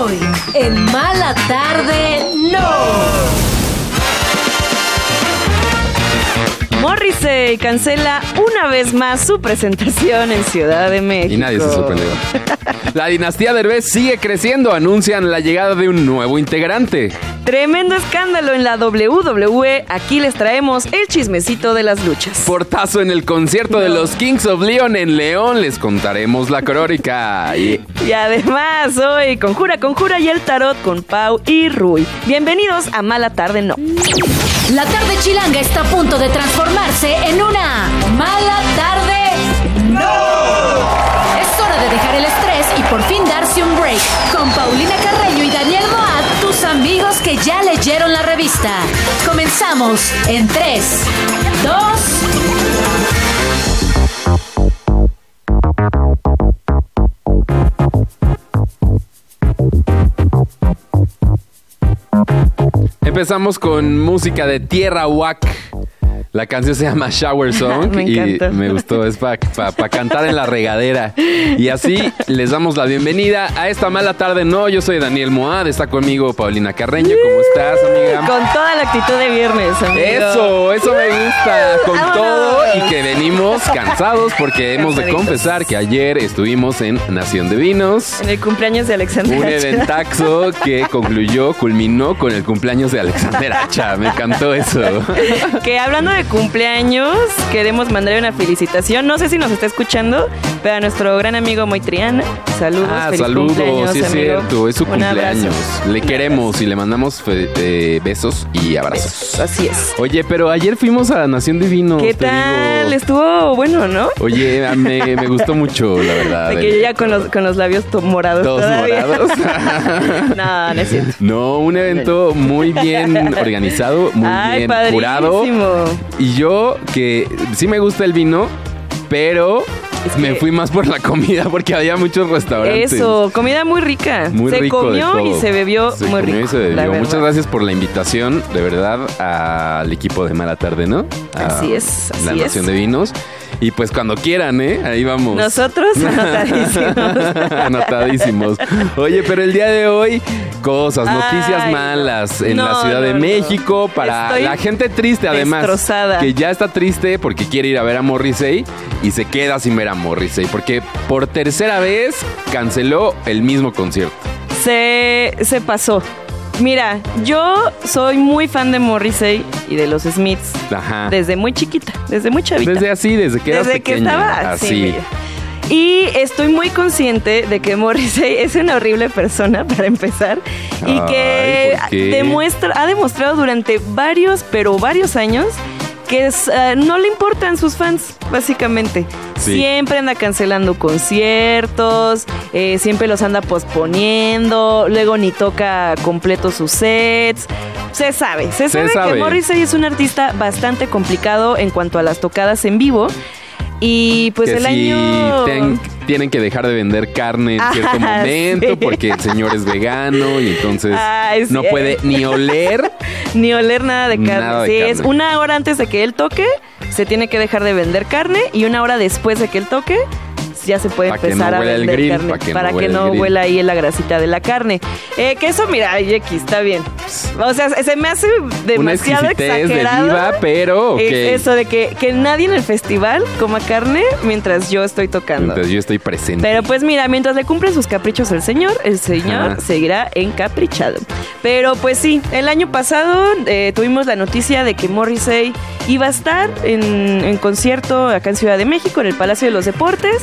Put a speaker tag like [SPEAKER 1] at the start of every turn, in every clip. [SPEAKER 1] hoy en Mala Tarde No.
[SPEAKER 2] Morrissey cancela una vez más su presentación en Ciudad de México.
[SPEAKER 3] Y nadie se sorprendió. La dinastía Derbez sigue creciendo. Anuncian la llegada de un nuevo integrante.
[SPEAKER 2] Tremendo escándalo en la WWE. Aquí les traemos el chismecito de las luchas.
[SPEAKER 3] Portazo en el concierto no. de los Kings of Leon en León. Les contaremos la crónica.
[SPEAKER 2] y... y además, hoy Conjura, Conjura y el Tarot con Pau y Rui. Bienvenidos a Mala Tarde No.
[SPEAKER 1] La tarde chilanga está a punto de transformarse en una Mala Tarde No de dejar el estrés y por fin darse un break. Con Paulina Carreño y Daniel Moat, tus amigos que ya leyeron la revista. Comenzamos en 3,
[SPEAKER 3] 2. Empezamos con música de Tierra Wack. La canción se llama Shower Song
[SPEAKER 2] me
[SPEAKER 3] y me gustó, es para pa, pa cantar en la regadera. Y así les damos la bienvenida a esta mala tarde. No, yo soy Daniel Moad, está conmigo Paulina Carreño. ¿Cómo estás, amiga?
[SPEAKER 2] Con toda la actitud de viernes, amigo.
[SPEAKER 3] Eso, eso me gusta. Con ¡Vámonos! todo y que venimos cansados porque hemos de confesar que ayer estuvimos en Nación de Vinos.
[SPEAKER 2] En el cumpleaños de Alexander
[SPEAKER 3] Un eventaxo que concluyó, culminó con el cumpleaños de Alexander Hacha. Me encantó eso.
[SPEAKER 2] Que hablando de cumpleaños, queremos mandar una felicitación. No sé si nos está escuchando, pero a nuestro gran amigo Moitriana. Saludos.
[SPEAKER 3] Ah, saludos, sí es amigo. cierto. Es su Un cumpleaños. Abrazo. Le Un queremos abrazo. y le mandamos eh, besos y abrazos. Besos,
[SPEAKER 2] así es.
[SPEAKER 3] Oye, pero ayer fuimos a Nación Divino.
[SPEAKER 2] ¿Qué tal? Digo. Estuvo bueno, ¿no?
[SPEAKER 3] Oye, me, me gustó mucho, la verdad.
[SPEAKER 2] De que ya con los, con los labios morados.
[SPEAKER 3] Todos
[SPEAKER 2] todavía.
[SPEAKER 3] morados.
[SPEAKER 2] no, no es cierto.
[SPEAKER 3] No, un evento muy bien organizado, muy
[SPEAKER 2] Ay,
[SPEAKER 3] bien
[SPEAKER 2] padrísimo.
[SPEAKER 3] curado. Y yo, que sí me gusta el vino, pero es que me fui más por la comida porque había muchos restaurantes.
[SPEAKER 2] Eso, comida muy rica.
[SPEAKER 3] Muy
[SPEAKER 2] se
[SPEAKER 3] rico
[SPEAKER 2] comió y se bebió
[SPEAKER 3] se
[SPEAKER 2] muy
[SPEAKER 3] comió
[SPEAKER 2] rico.
[SPEAKER 3] Y se bebió. Muchas gracias por la invitación, de verdad, al equipo de Mala Tarde, ¿no?
[SPEAKER 2] A así es. Así
[SPEAKER 3] la Nación
[SPEAKER 2] es.
[SPEAKER 3] de Vinos. Y pues cuando quieran, ¿eh? Ahí vamos.
[SPEAKER 2] Nosotros anotadísimos.
[SPEAKER 3] anotadísimos. Oye, pero el día de hoy, cosas, Ay, noticias malas en
[SPEAKER 2] no,
[SPEAKER 3] la Ciudad
[SPEAKER 2] no,
[SPEAKER 3] de
[SPEAKER 2] no.
[SPEAKER 3] México para
[SPEAKER 2] Estoy
[SPEAKER 3] la gente triste, además.
[SPEAKER 2] destrozada.
[SPEAKER 3] Que ya está triste porque quiere ir a ver a Morrissey y se queda sin ver a Morrissey porque por tercera vez canceló el mismo concierto.
[SPEAKER 2] Se, se pasó. Mira, yo soy muy fan de Morrissey y de los Smiths.
[SPEAKER 3] Ajá.
[SPEAKER 2] Desde muy chiquita, desde muy chavita.
[SPEAKER 3] Ah. Desde así, desde que eras
[SPEAKER 2] desde que
[SPEAKER 3] pequeña,
[SPEAKER 2] estaba
[SPEAKER 3] así.
[SPEAKER 2] así. Y estoy muy consciente de que Morrissey es una horrible persona, para empezar, y
[SPEAKER 3] Ay,
[SPEAKER 2] que
[SPEAKER 3] ¿por qué?
[SPEAKER 2] demuestra, ha demostrado durante varios, pero varios años, que es, eh, no le importan sus fans, básicamente.
[SPEAKER 3] Sí.
[SPEAKER 2] Siempre anda cancelando conciertos, eh, siempre los anda posponiendo, luego ni toca completo sus sets. Se sabe, se, sabe,
[SPEAKER 3] sabe.
[SPEAKER 2] que Morrissey es un artista bastante complicado en cuanto a las tocadas en vivo. Y pues
[SPEAKER 3] que
[SPEAKER 2] el
[SPEAKER 3] si
[SPEAKER 2] año...
[SPEAKER 3] ten- tienen que dejar de vender carne en cierto
[SPEAKER 2] Ah,
[SPEAKER 3] momento
[SPEAKER 2] sí. Ah,
[SPEAKER 3] porque el señor es vegano y entonces
[SPEAKER 2] Ay,
[SPEAKER 3] no
[SPEAKER 2] sí.
[SPEAKER 3] puede ni oler.
[SPEAKER 2] Ni oler nada de carne.
[SPEAKER 3] Nada de
[SPEAKER 2] Sí,
[SPEAKER 3] carne.
[SPEAKER 2] es una hora antes de que él toque, se tiene que dejar de vender carne y una hora después de que él toque, ya se puede
[SPEAKER 3] Pa' que
[SPEAKER 2] empezar
[SPEAKER 3] no
[SPEAKER 2] a
[SPEAKER 3] huela el
[SPEAKER 2] vender
[SPEAKER 3] grill,
[SPEAKER 2] carne
[SPEAKER 3] pa' que no
[SPEAKER 2] para
[SPEAKER 3] huela
[SPEAKER 2] que
[SPEAKER 3] el
[SPEAKER 2] no
[SPEAKER 3] grill.
[SPEAKER 2] huela ahí la grasita de la carne. Eh, que eso, mira, ay, X, está bien. O sea, se me hace
[SPEAKER 3] Una
[SPEAKER 2] demasiado
[SPEAKER 3] exquisitez de
[SPEAKER 2] exagerado.
[SPEAKER 3] diva, pero ok.
[SPEAKER 2] Es Eso de que, que nadie en el festival coma carne mientras yo estoy tocando.
[SPEAKER 3] Entonces yo estoy presente.
[SPEAKER 2] Pero pues mira, mientras le cumplen sus caprichos al señor, el señor
[SPEAKER 3] Ajá.
[SPEAKER 2] seguirá encaprichado. Pero pues sí, el año pasado eh, tuvimos la noticia de que Morrissey iba a estar en, en concierto acá en Ciudad de México, en el Palacio de los Deportes.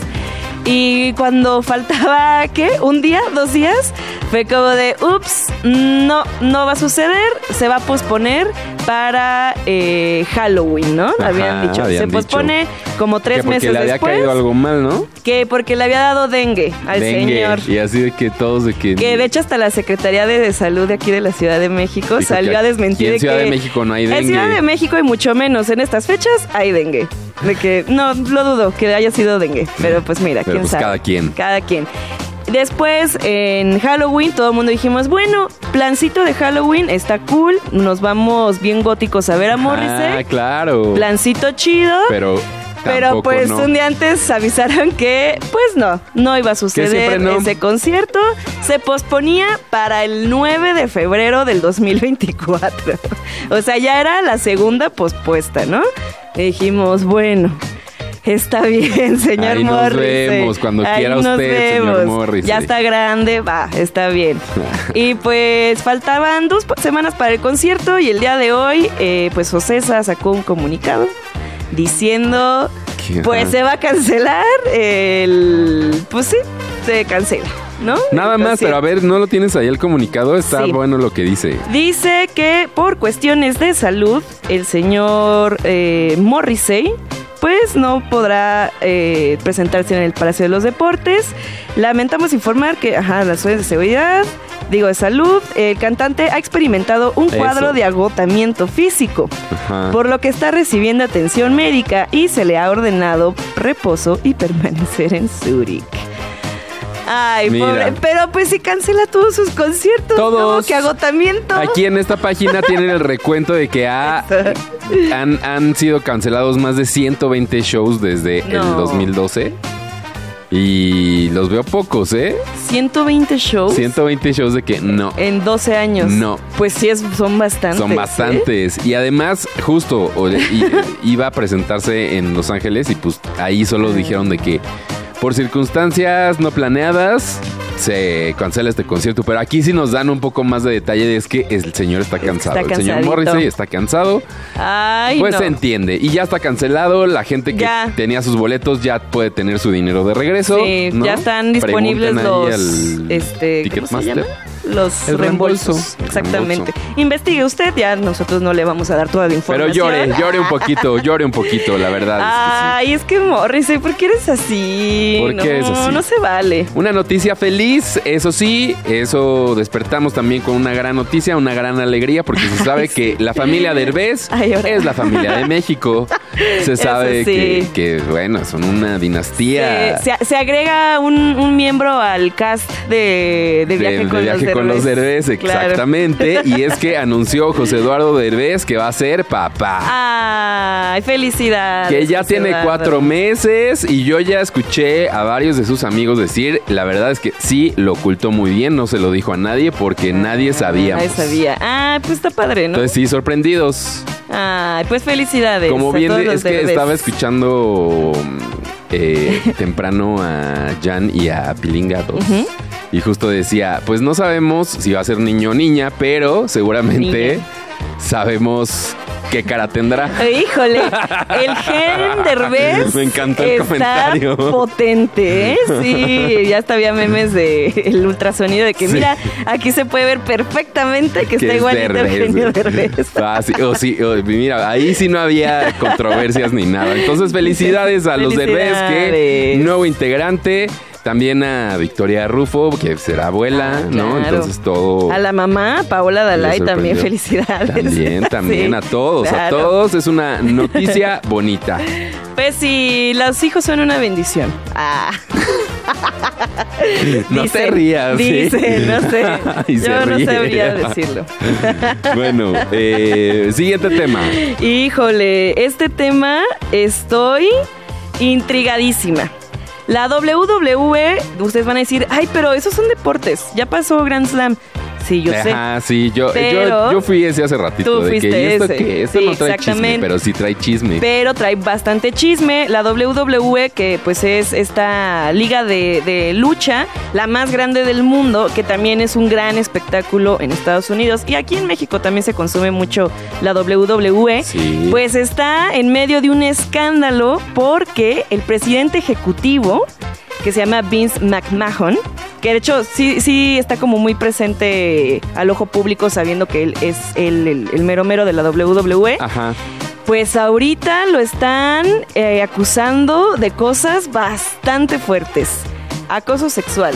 [SPEAKER 2] Y cuando faltaba, ¿qué? ¿Un día? ¿Dos días? Fue como de, ups, no, no va a suceder, se va a posponer para eh, Halloween, ¿no?
[SPEAKER 3] Ajá,
[SPEAKER 2] habían dicho.
[SPEAKER 3] habían
[SPEAKER 2] se
[SPEAKER 3] dicho.
[SPEAKER 2] pospone como
[SPEAKER 3] Que
[SPEAKER 2] tres
[SPEAKER 3] porque
[SPEAKER 2] meses
[SPEAKER 3] le había
[SPEAKER 2] después
[SPEAKER 3] caído algo mal, ¿no?
[SPEAKER 2] que porque le había dado dengue al
[SPEAKER 3] Dengue.
[SPEAKER 2] señor.
[SPEAKER 3] Y así de que todos de que...
[SPEAKER 2] Que de hecho hasta la Secretaría de Salud de aquí de la Ciudad de México
[SPEAKER 3] Dijo
[SPEAKER 2] salió
[SPEAKER 3] que
[SPEAKER 2] a desmentir
[SPEAKER 3] aquí en
[SPEAKER 2] de
[SPEAKER 3] Ciudad
[SPEAKER 2] que
[SPEAKER 3] de México no hay
[SPEAKER 2] En
[SPEAKER 3] dengue.
[SPEAKER 2] Ciudad de México y mucho menos en estas fechas hay dengue. De que no lo dudo que haya sido dengue, pero pues mira,
[SPEAKER 3] Pero
[SPEAKER 2] quién
[SPEAKER 3] pues
[SPEAKER 2] sabe.
[SPEAKER 3] cada quien.
[SPEAKER 2] Cada quien. Después en Halloween todo el mundo dijimos, bueno, plancito de Halloween está cool, nos vamos bien góticos a ver a Morrissey.
[SPEAKER 3] Ah, claro.
[SPEAKER 2] Plancito chido.
[SPEAKER 3] Pero
[SPEAKER 2] Pero
[SPEAKER 3] Tampoco,
[SPEAKER 2] pues
[SPEAKER 3] no.
[SPEAKER 2] un día antes avisaron que, pues no, no iba a
[SPEAKER 3] siempre
[SPEAKER 2] suceder
[SPEAKER 3] no.
[SPEAKER 2] ese concierto. Se posponía para el 9 de febrero del 2024. O sea, ya era la segunda pospuesta, ¿no? Y dijimos, bueno. Está bien, señor
[SPEAKER 3] Ahí nos
[SPEAKER 2] Morrissey.
[SPEAKER 3] vemos, cuando quiera usted, señor Morrissey.
[SPEAKER 2] Ya está grande, va, está bien. Y pues faltaban dos po- semanas para el concierto y el día de hoy, eh, pues Ocesa sacó un comunicado diciendo,
[SPEAKER 3] ¿Qué?
[SPEAKER 2] pues se va a cancelar el... Pues sí, se cancela, ¿no?
[SPEAKER 3] Nada
[SPEAKER 2] El
[SPEAKER 3] más, pero
[SPEAKER 2] concierto.
[SPEAKER 3] a ver, ¿no lo tienes ahí el comunicado? Está
[SPEAKER 2] Sí.
[SPEAKER 3] bueno lo que dice.
[SPEAKER 2] Dice que por cuestiones de salud, el señor eh, Morrissey, pues no podrá eh, presentarse en el Palacio de los Deportes. Lamentamos informar que, ajá, las razones de seguridad, digo de salud, el cantante ha experimentado un
[SPEAKER 3] Eso. Ah.
[SPEAKER 2] cuadro de agotamiento físico,
[SPEAKER 3] Ajá.
[SPEAKER 2] por lo que está recibiendo atención médica y se le ha ordenado reposo y permanecer en Zúrich. Ay,
[SPEAKER 3] Mira.
[SPEAKER 2] pobre. Pero pues si cancela todos sus conciertos. ¿no?
[SPEAKER 3] Todos.
[SPEAKER 2] que agotamiento.
[SPEAKER 3] Aquí en esta página tienen el recuento de que
[SPEAKER 2] Ah,
[SPEAKER 3] ha- han, han sido cancelados más de 120 shows desde el
[SPEAKER 2] No.
[SPEAKER 3] 2012. Y los veo pocos, ¿eh?
[SPEAKER 2] 120 shows
[SPEAKER 3] 120 shows de que no.
[SPEAKER 2] en 12 años.
[SPEAKER 3] No.
[SPEAKER 2] Pues sí, es, son bastantes.
[SPEAKER 3] Son
[SPEAKER 2] ¿eh?
[SPEAKER 3] bastantes. Y además, justo o- i- iba a presentarse en Los Ángeles y pues ahí
[SPEAKER 2] Mm.
[SPEAKER 3] solo dijeron de que por circunstancias no planeadas se cancela este concierto. Pero aquí sí nos dan un poco más de detalle de es que el señor está
[SPEAKER 2] que
[SPEAKER 3] cansado.
[SPEAKER 2] está
[SPEAKER 3] el señor
[SPEAKER 2] cansadito.
[SPEAKER 3] Morrissey está cansado.
[SPEAKER 2] Ay,
[SPEAKER 3] pues
[SPEAKER 2] no.
[SPEAKER 3] se entiende. Y ya está cancelado. La gente que
[SPEAKER 2] Ya.
[SPEAKER 3] tenía sus boletos ya puede tener su dinero de regreso.
[SPEAKER 2] Sí,
[SPEAKER 3] ¿no?
[SPEAKER 2] ya están disponibles los
[SPEAKER 3] Pregunten ahí al
[SPEAKER 2] este ¿cómo se
[SPEAKER 3] Ticketmaster.
[SPEAKER 2] llama? los
[SPEAKER 3] El reembolso.
[SPEAKER 2] reembolsos. Exactamente.
[SPEAKER 3] Reembolso.
[SPEAKER 2] Investigue usted, ya nosotros no le vamos a dar toda la
[SPEAKER 3] Pero
[SPEAKER 2] información.
[SPEAKER 3] llore, llore un poquito, llore un poquito, la verdad. es que sí.
[SPEAKER 2] Ay, es que Morrissey, ¿por qué eres así?
[SPEAKER 3] ¿Por qué
[SPEAKER 2] no,
[SPEAKER 3] eres así?
[SPEAKER 2] no se vale.
[SPEAKER 3] Una noticia feliz, eso sí, eso despertamos también con una gran noticia, una gran alegría, porque se sabe que la familia de Herbés
[SPEAKER 2] Ay, ahora.
[SPEAKER 3] es la familia de México. Se
[SPEAKER 2] Eso
[SPEAKER 3] sabe
[SPEAKER 2] sí.
[SPEAKER 3] que, que, bueno, son una
[SPEAKER 2] Eh,
[SPEAKER 3] dinastía.
[SPEAKER 2] se, se agrega un, un miembro al cast de, de
[SPEAKER 3] de-
[SPEAKER 2] viaje,
[SPEAKER 3] de
[SPEAKER 2] con, los Derbez.
[SPEAKER 3] Derbez,
[SPEAKER 2] Claro.
[SPEAKER 3] exactamente. Y es que anunció José Eduardo Derbez que va a ser papá.
[SPEAKER 2] Ay, felicidades.
[SPEAKER 3] que ya
[SPEAKER 2] Ah, José
[SPEAKER 3] tiene
[SPEAKER 2] Eduardo.
[SPEAKER 3] cuatro meses y yo ya escuché a varios de sus amigos decir, la verdad es que sí, lo ocultó muy bien, no se lo dijo a nadie porque nadie sabía.
[SPEAKER 2] Ah, Nadie sabía. Ah, pues está padre, ¿no?
[SPEAKER 3] Entonces sí, sorprendidos.
[SPEAKER 2] Ay, pues felicidades.
[SPEAKER 3] Como
[SPEAKER 2] a
[SPEAKER 3] bien
[SPEAKER 2] todos los
[SPEAKER 3] es que
[SPEAKER 2] Derbez.
[SPEAKER 3] estaba escuchando eh, temprano a Jan y a Pilinga 2.
[SPEAKER 2] Ujú.
[SPEAKER 3] Y justo decía, pues no sabemos si va a ser niño o niña, pero seguramente
[SPEAKER 2] Niña.
[SPEAKER 3] sabemos qué cara tendrá.
[SPEAKER 2] Híjole, el gen Derbez
[SPEAKER 3] Me encantó el
[SPEAKER 2] está
[SPEAKER 3] comentario.
[SPEAKER 2] potente, ¿eh? Sí, ya hasta había memes de el ultrasonido de que
[SPEAKER 3] Sí.
[SPEAKER 2] mira, aquí se puede ver perfectamente que
[SPEAKER 3] Que
[SPEAKER 2] está
[SPEAKER 3] es
[SPEAKER 2] igualito el genio
[SPEAKER 3] Derbez.
[SPEAKER 2] Derbez.
[SPEAKER 3] Ah, sí, oh, sí, oh, mira, ahí sí no había controversias ni nada. Entonces, felicidades a los Derbez, que
[SPEAKER 2] Felicidades.
[SPEAKER 3] nuevo integrante. También a Victoria Rufo, que será abuela,
[SPEAKER 2] Ah,
[SPEAKER 3] ¿no?
[SPEAKER 2] claro.
[SPEAKER 3] Entonces todo...
[SPEAKER 2] A la mamá, Paola Dalai,
[SPEAKER 3] Le
[SPEAKER 2] también
[SPEAKER 3] sorprendió.
[SPEAKER 2] felicidades.
[SPEAKER 3] También, también
[SPEAKER 2] Sí,
[SPEAKER 3] a todos, a
[SPEAKER 2] claro.
[SPEAKER 3] todos. Es una noticia bonita.
[SPEAKER 2] Pues sí, los hijos son una bendición. Ah.
[SPEAKER 3] No
[SPEAKER 2] Dice-
[SPEAKER 3] te rías. ¿eh?
[SPEAKER 2] Dice, no sé.
[SPEAKER 3] Y se
[SPEAKER 2] Yo no
[SPEAKER 3] ríe.
[SPEAKER 2] sabría decirlo.
[SPEAKER 3] Bueno, eh, siguiente tema.
[SPEAKER 2] Híjole, este tema estoy intrigadísima. La WWE, ustedes van a decir, ay, pero esos son deportes, ya pasó Grand Slam. Sí, yo sé.
[SPEAKER 3] Ajá, sí, yo, yo,
[SPEAKER 2] Pero-
[SPEAKER 3] yo fui ese hace ratito.
[SPEAKER 2] Tú
[SPEAKER 3] de que,
[SPEAKER 2] fuiste
[SPEAKER 3] ¿y esto
[SPEAKER 2] ese.
[SPEAKER 3] qué? Esto
[SPEAKER 2] Sí,
[SPEAKER 3] no trae chisme,
[SPEAKER 2] exactamente.
[SPEAKER 3] pero sí trae chisme.
[SPEAKER 2] Pero trae bastante chisme. La WWE, que pues es esta liga de, de lucha, la más grande del mundo, que también es un gran espectáculo en Estados Unidos. Y aquí en México también se consume mucho la WWE.
[SPEAKER 3] Sí.
[SPEAKER 2] Pues está en medio de un escándalo porque el presidente ejecutivo, que se llama Vince McMahon, que de hecho sí, sí está como muy presente al ojo público sabiendo que él es el, el- el mero mero de la E, WWE.
[SPEAKER 3] Ajá.
[SPEAKER 2] Pues ahorita lo están eh, acusando de cosas bastante fuertes. Acoso sexual,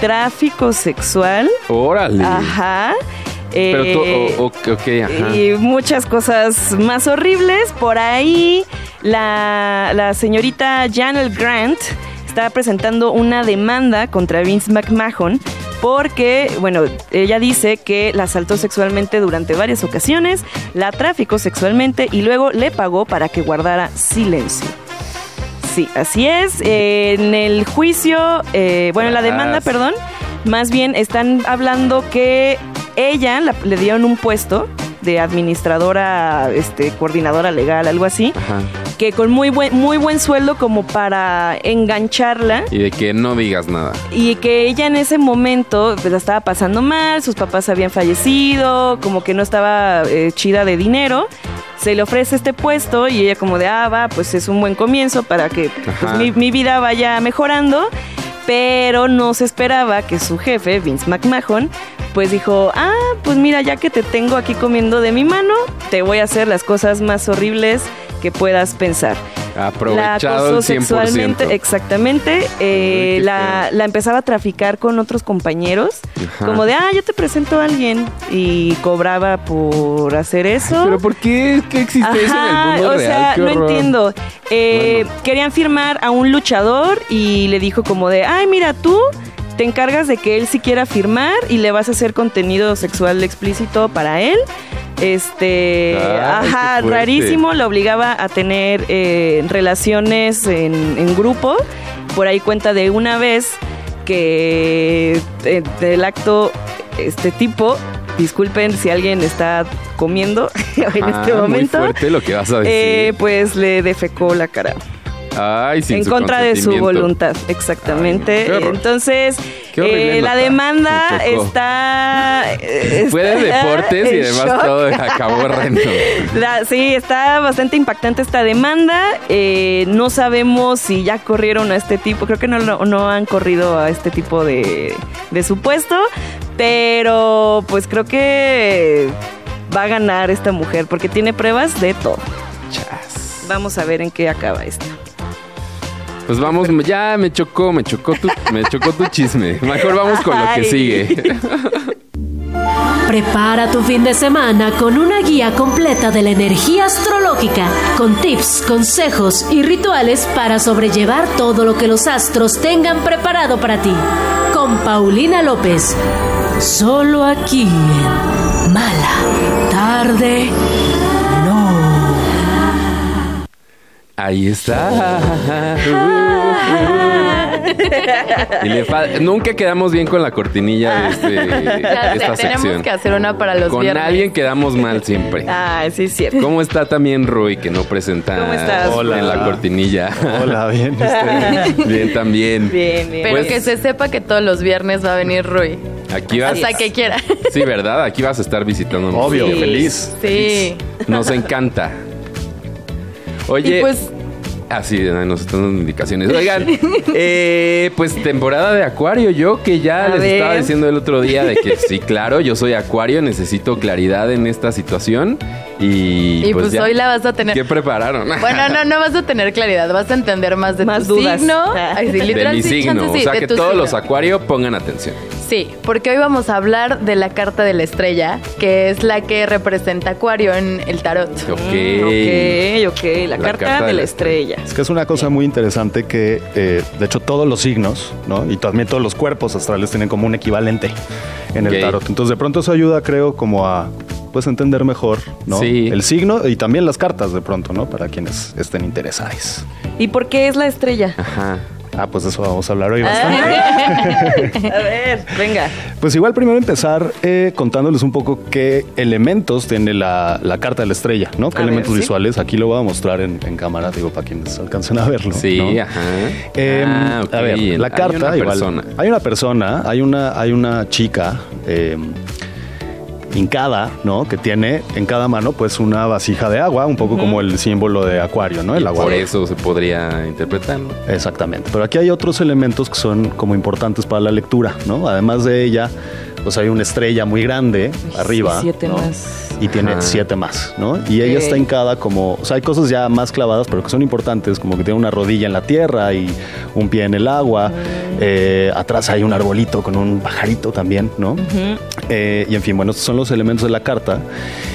[SPEAKER 2] tráfico sexual,
[SPEAKER 3] Órale.
[SPEAKER 2] ajá. Ah, eh,
[SPEAKER 3] Pero tú, o- ok, ok, ajá.
[SPEAKER 2] y muchas cosas más horribles. Por ahí la, la señorita Janel Grant está presentando una demanda contra Vince McMahon porque, bueno, ella dice que la asaltó sexualmente durante varias ocasiones, la traficó sexualmente y luego le pagó para que guardara silencio. Sí, así es. Eh, en el juicio, eh, bueno, en la demanda,
[SPEAKER 3] Tras.
[SPEAKER 2] perdón, más bien están hablando que ella la- le dieron un puesto de administradora, este, coordinadora legal, algo así,
[SPEAKER 3] Ajá.
[SPEAKER 2] que con muy buen, muy buen sueldo como para engancharla
[SPEAKER 3] Y de que no digas nada.
[SPEAKER 2] y que ella en ese momento pues, la estaba pasando mal, sus papás habían fallecido, como que no estaba eh, chida de dinero. Se le ofrece este puesto y ella como de, ah, va, pues es un buen comienzo para que pues,
[SPEAKER 3] Ajá.
[SPEAKER 2] mi, mi vida vaya mejorando. Pero no se esperaba que su jefe, Vince McMahon, pues dijo, ah, pues mira, ya que te tengo aquí comiendo de mi mano, te voy a hacer las cosas más horribles que puedas pensar. La
[SPEAKER 3] Aprovechado
[SPEAKER 2] acosó
[SPEAKER 3] el 100%.
[SPEAKER 2] sexualmente, exactamente. eh,
[SPEAKER 3] Ay, qué
[SPEAKER 2] la, la empezaba a traficar con otros compañeros.
[SPEAKER 3] Ajá.
[SPEAKER 2] Como de, ah, yo te presento a alguien. Y cobraba por hacer eso.
[SPEAKER 3] Pero ¿por qué? ¿Qué existe eso en el
[SPEAKER 2] Ajá,
[SPEAKER 3] mundo
[SPEAKER 2] o
[SPEAKER 3] real?
[SPEAKER 2] sea,
[SPEAKER 3] Qué
[SPEAKER 2] no
[SPEAKER 3] horror.
[SPEAKER 2] entiendo. Eh,
[SPEAKER 3] Bueno.
[SPEAKER 2] Querían firmar a un luchador y le dijo como de, ay, mira, tú te encargas de que él sí quiera firmar y le vas a hacer contenido sexual explícito para él. Este,
[SPEAKER 3] Ay,
[SPEAKER 2] ajá,
[SPEAKER 3] qué fuerte.
[SPEAKER 2] rarísimo, lo obligaba a tener eh, relaciones en, en grupo. Por ahí cuenta de una vez que eh, del acto este tipo, disculpen si alguien está comiendo en
[SPEAKER 3] Ah,
[SPEAKER 2] este momento.
[SPEAKER 3] Muy fuerte lo que vas a decir.
[SPEAKER 2] Eh, pues le defecó la cara
[SPEAKER 3] Ay, sin
[SPEAKER 2] en
[SPEAKER 3] su
[SPEAKER 2] contra de su
[SPEAKER 3] consentimiento.
[SPEAKER 2] voluntad, exactamente.
[SPEAKER 3] Ay, qué horror.
[SPEAKER 2] Entonces,
[SPEAKER 3] Qué horrible
[SPEAKER 2] eh, la
[SPEAKER 3] nota.
[SPEAKER 2] demanda
[SPEAKER 3] Me chocó.
[SPEAKER 2] está, eh,
[SPEAKER 3] Fue de
[SPEAKER 2] está
[SPEAKER 3] deportes y
[SPEAKER 2] en
[SPEAKER 3] además
[SPEAKER 2] shock.
[SPEAKER 3] todo acabó horrendo.
[SPEAKER 2] La- sí, está bastante impactante esta demanda. Eh, no sabemos si ya corrieron a este tipo. Creo que no, lo- no han corrido a este tipo de, de supuesto. Pero pues creo que va a ganar esta mujer porque tiene pruebas de todo.
[SPEAKER 3] Chas.
[SPEAKER 2] Vamos a ver en qué acaba esto.
[SPEAKER 3] Pues vamos, ya me chocó, me chocó tu, me chocó tu chisme. Mejor vamos con lo que
[SPEAKER 2] Ay.
[SPEAKER 3] sigue.
[SPEAKER 1] Prepara tu fin de semana con una guía completa de la energía astrológica, con tips, consejos y rituales para sobrellevar todo lo que los astros tengan preparado para ti. Con Paulina López, solo aquí en Mala Tarde No.
[SPEAKER 3] Ahí está. Y le fa- Nunca quedamos bien con la cortinilla de, este-
[SPEAKER 4] Ya
[SPEAKER 3] de
[SPEAKER 4] sé,
[SPEAKER 3] esta
[SPEAKER 4] tenemos
[SPEAKER 3] sección.
[SPEAKER 4] que hacer una para los
[SPEAKER 3] Con
[SPEAKER 4] viernes.
[SPEAKER 3] alguien quedamos mal siempre.
[SPEAKER 2] Ah, sí, es cierto.
[SPEAKER 3] ¿Cómo está también Rui que no presenta
[SPEAKER 2] ¿Cómo estás?
[SPEAKER 5] Hola.
[SPEAKER 3] en la cortinilla?
[SPEAKER 5] Hola, bien. este, usted.
[SPEAKER 3] Bien también.
[SPEAKER 2] Bien, bien.
[SPEAKER 4] Pero
[SPEAKER 3] Pues-
[SPEAKER 4] que se sepa que todos los viernes va a venir Rui.
[SPEAKER 3] Aquí vas.
[SPEAKER 4] Hasta que quiera.
[SPEAKER 3] Sí, ¿verdad? Aquí vas a estar visitando.
[SPEAKER 5] Obvio,
[SPEAKER 4] Sí.
[SPEAKER 5] feliz.
[SPEAKER 4] Sí.
[SPEAKER 3] Nos encanta. Oye.
[SPEAKER 4] Y pues,
[SPEAKER 3] Así, nos están dando indicaciones. Oigan, eh, pues temporada de Acuario, yo que ya
[SPEAKER 2] A
[SPEAKER 3] les
[SPEAKER 2] ver.
[SPEAKER 3] estaba diciendo el otro día de que sí, claro, yo soy Acuario, necesito claridad en esta situación y,
[SPEAKER 4] y pues,
[SPEAKER 3] ya.
[SPEAKER 4] hoy la vas a tener.
[SPEAKER 3] ¿Qué prepararon?
[SPEAKER 4] Bueno, no, no vas a tener claridad, vas a entender más de
[SPEAKER 2] Más
[SPEAKER 4] tu
[SPEAKER 2] dudas.
[SPEAKER 4] signo.
[SPEAKER 2] Ah.
[SPEAKER 4] Ay, sí,
[SPEAKER 3] de
[SPEAKER 4] literal,
[SPEAKER 3] mi
[SPEAKER 4] sí,
[SPEAKER 3] signo,
[SPEAKER 4] chance, sí,
[SPEAKER 3] o sea
[SPEAKER 4] de
[SPEAKER 3] que
[SPEAKER 4] tu
[SPEAKER 3] todos
[SPEAKER 4] signo.
[SPEAKER 3] los Acuario pongan atención.
[SPEAKER 4] Sí, porque hoy vamos a hablar de la carta de la estrella, que es la que representa Acuario en el tarot.
[SPEAKER 3] Ok.
[SPEAKER 2] Ok, ok, la, carta, de la estrella.
[SPEAKER 5] Es que es una cosa muy interesante que, eh, de hecho, todos los signos, ¿no? Y también todos los cuerpos astrales tienen como un equivalente en
[SPEAKER 3] Ok.
[SPEAKER 5] el tarot. Entonces, de pronto eso ayuda, creo, como a pues entender mejor, ¿no?
[SPEAKER 3] Sí.
[SPEAKER 5] El signo y también las cartas, de pronto, ¿no? Para quienes estén interesados.
[SPEAKER 2] ¿Y por qué es la estrella?
[SPEAKER 3] Ajá.
[SPEAKER 5] Ah, pues de eso vamos a hablar hoy bastante.
[SPEAKER 2] Ah. A ver, venga.
[SPEAKER 5] Pues igual primero empezar eh, contándoles un poco qué elementos tiene la, la carta de la estrella, ¿no? Qué
[SPEAKER 2] A ver,
[SPEAKER 5] elementos
[SPEAKER 2] sí.
[SPEAKER 5] visuales. Aquí lo voy a mostrar en, en cámara, digo, para quienes alcancen a verlo.
[SPEAKER 3] Sí,
[SPEAKER 5] ¿no?
[SPEAKER 3] ajá.
[SPEAKER 5] Eh,
[SPEAKER 3] Ah, ok,
[SPEAKER 5] A ver, la
[SPEAKER 3] hay
[SPEAKER 5] carta
[SPEAKER 3] una
[SPEAKER 5] igual.
[SPEAKER 3] persona.
[SPEAKER 5] Hay una persona, hay una, hay una chica eh, hincada, ¿no? Que tiene en cada mano, pues, una vasija de agua, un poco como el símbolo de acuario, ¿no? El agua.
[SPEAKER 3] Por eso se podría interpretar, ¿no?
[SPEAKER 5] Exactamente. Pero aquí hay otros elementos que son como importantes para la lectura, ¿no? Además de ella, pues hay una estrella muy grande arriba.
[SPEAKER 2] siete
[SPEAKER 5] ¿no?
[SPEAKER 2] más.
[SPEAKER 5] Y tiene
[SPEAKER 3] Ajá.
[SPEAKER 5] siete más, ¿no? Y ella
[SPEAKER 2] Ok.
[SPEAKER 5] está hincada como, o sea, hay cosas ya más clavadas, pero que son importantes, como que tiene una rodilla en la tierra y un pie en el agua. Eh, atrás hay un arbolito con un pajarito también, ¿no? Eh, y en fin, bueno, estos son los elementos de la carta.